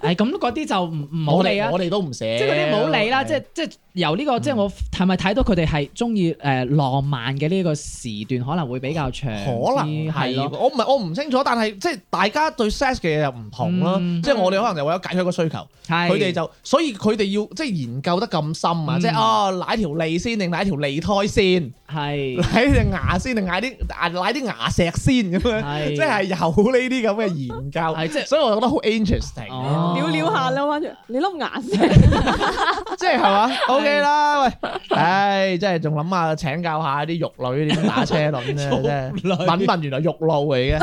Speaker 2: 誒咁嗰啲就唔唔好
Speaker 1: 我
Speaker 2: 理
Speaker 1: 哋嗯
Speaker 2: 啊
Speaker 1: 我，哋都唔寫，
Speaker 2: 即係嗰啲唔好理啦。即係即係由呢個即係我係咪睇到佢哋係中意誒浪漫嘅呢個時段，可能會比較長
Speaker 1: 可
Speaker 2: 啲，
Speaker 1: 能
Speaker 2: 嗯
Speaker 1: 係
Speaker 2: 係咯。
Speaker 1: 我唔係我唔清楚，但係即係大家對 sex 嘅嘢又唔同啦，
Speaker 2: 嗯
Speaker 1: 即係我哋可能就為咗解決一個需求，
Speaker 2: 係
Speaker 1: 佢哋就所以佢哋要即係研究得咁深啊，
Speaker 2: 嗯
Speaker 1: 即係啊舐條脷先定舐條脷苔先，
Speaker 2: 係
Speaker 1: 舐隻牙先定舐啲牙舐啲牙石先咁樣，
Speaker 2: 係
Speaker 1: 即係有呢啲咁嘅研究，
Speaker 2: 係即係
Speaker 1: 所以我覺得好 interesting，
Speaker 2: 哦
Speaker 3: 喎，撩撩下啦，彎住你粒牙石，
Speaker 1: 即係係 嘛，OK 啦，喂，唉，真係仲諗下請教下啲肉女點打車輪 咧，真係。敏敏原來肉路嚟嘅。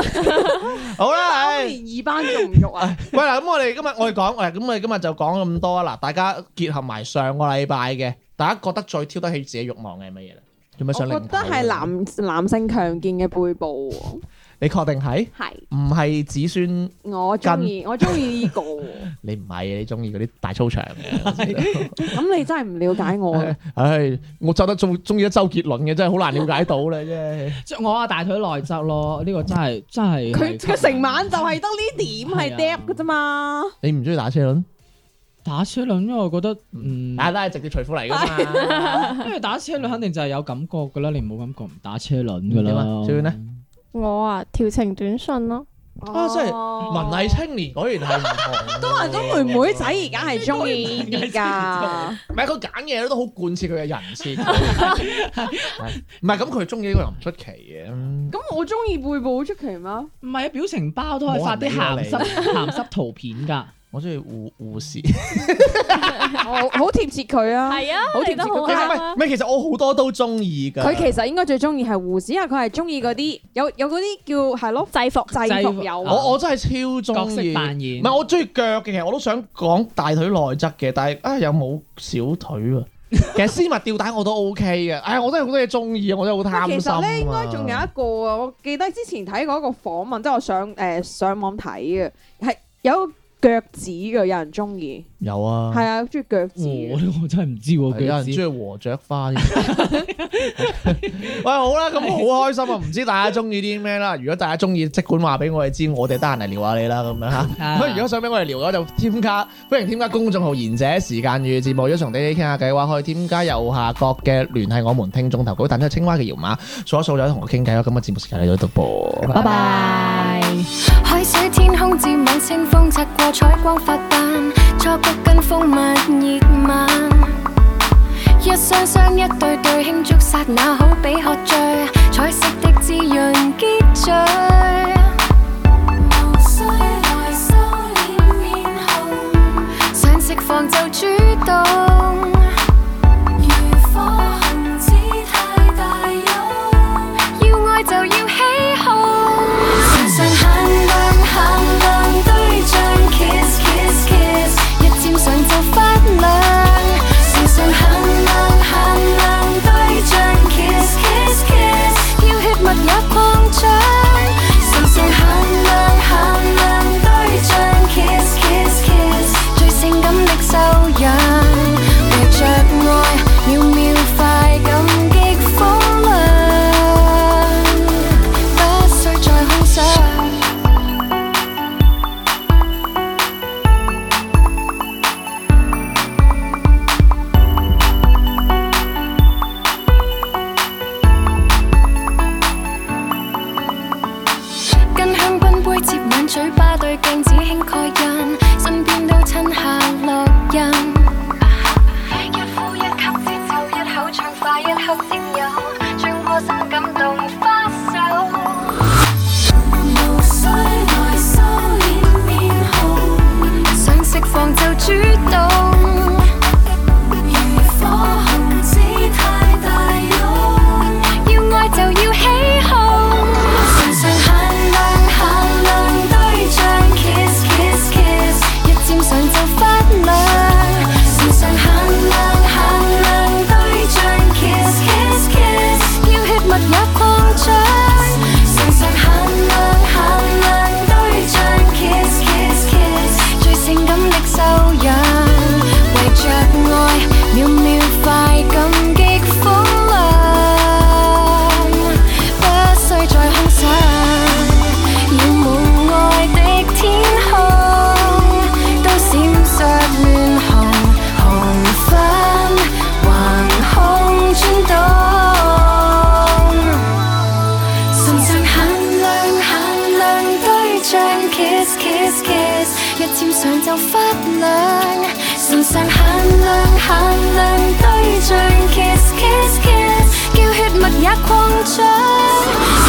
Speaker 1: 好啦，唉。
Speaker 3: 二班仲唔喐啊？
Speaker 1: 喂嗱，咁我哋今日我哋講，喂咁我哋今日就講咁多啦。大家結合埋上個禮拜嘅，大家覺得最挑得起自己慾望嘅係乜嘢咧？有
Speaker 3: 我
Speaker 1: 咩想領
Speaker 3: 覺得
Speaker 1: 頭
Speaker 3: 係男男性強健嘅背部喎，
Speaker 1: 你確定係
Speaker 3: 係
Speaker 1: 唔係子孫？
Speaker 3: 我中意，我中意呢個喎。
Speaker 1: 你唔係你中意嗰啲大操場嘅。
Speaker 3: 咁你真係唔了解我啊。
Speaker 1: 唉，我就得中中意咗周杰倫嘅，真係好難了解到啦，真係。
Speaker 2: 即係我啊大腿內側咯，呢個真係真係係
Speaker 3: 佢佢成晚就係得呢點係 d 嘅啫嘛，
Speaker 1: 你唔中意打車輪？
Speaker 2: 打車輪，因為我覺得嗯。
Speaker 1: 大家都係直接除褲嚟㗎嘛。
Speaker 2: 因為打車輪肯定就係有感覺噶啦，你冇感覺唔打車輪噶
Speaker 1: 點啊
Speaker 2: 啦。
Speaker 1: 小遠呢
Speaker 4: 我啊，調情短信咯，
Speaker 1: 啊，真係文藝青年果然係唔同。
Speaker 3: 都係咗哦啊妹妹仔而家係中意呢啲㗎，
Speaker 1: 唔係佢揀嘢都好貫徹佢嘅人 設，係唔係咁佢中意呢個又唔出奇嘅。
Speaker 3: 咁我中意背部好出奇咩？
Speaker 2: 唔係啊，表情包都可以發啲
Speaker 1: 冇人
Speaker 2: 鹹
Speaker 1: 理我
Speaker 2: 濕
Speaker 1: 你
Speaker 2: 鹹濕圖片㗎。
Speaker 1: 我中意護護 士，
Speaker 3: 我好貼切佢啊！
Speaker 4: 係啊，
Speaker 3: 好貼
Speaker 4: 你
Speaker 3: 切
Speaker 4: 都好
Speaker 1: 唔係
Speaker 4: 啱
Speaker 1: 唔係，其實我好多都中意㗎。
Speaker 3: 佢其實應該最中意係護士，因為佢係中意嗰啲有有嗰啲叫係咯
Speaker 4: 啊，制服。
Speaker 3: 制
Speaker 2: 制
Speaker 3: 服
Speaker 2: 服
Speaker 3: 有啊，
Speaker 1: 我我真係超
Speaker 2: 角
Speaker 1: 中意
Speaker 2: 色。扮演，
Speaker 1: 唔係我中意腳嘅，其實我都想講大腿內側嘅，但係啊有冇小腿 啊？其實絲襪吊帶我都 OK 嘅，唉我真係好多嘢中意啊，我真係好貪
Speaker 3: 其
Speaker 1: 心啊
Speaker 3: 實咧應該仲有一個啊，我記得之前睇過一個訪問，即係我上誒上網睇嘅，係有腳趾嘅，有人中意，
Speaker 1: 有啊，哦
Speaker 3: 係啊，中意腳趾嘅。
Speaker 2: 哦我我真係唔知
Speaker 1: 係有
Speaker 2: 喎，
Speaker 1: 人
Speaker 2: 佢知
Speaker 1: 中意和雀花 添。喂，好啦，咁好開心啊！唔知大家中意啲咩啦？如果大家中意，即管話俾我哋知，我哋得閒嚟聊下你啦，咁樣嚇。
Speaker 2: 啊
Speaker 1: 咁如果想俾我哋聊嘅話，就添加，歡迎添加公眾號賢者時間與節目。如果同你哋傾下偈嘅話，可以添加右下角嘅聯繫我們聽眾投稿，彈出青蛙嘅搖碼，掃一掃就同我傾偈啦。咁嘅啊節目時間嚟到呢度噃，拜拜。
Speaker 6: 海水天空漸有清風擦過彩光發斑，再不跟風蜜熱吻。一雙雙一對對輕觸剎那，好比喝醉，彩色的滋潤結聚。無需來收斂面紅，想釋放就主動。如火行止太大勇。要愛就要起哄，唇上限量限量對象，kiss kiss kiss，一沾上就發亮。唇上限量限量一沾上就發亮，唇上限量限量對象，kiss kiss kiss，叫血脈也擴張。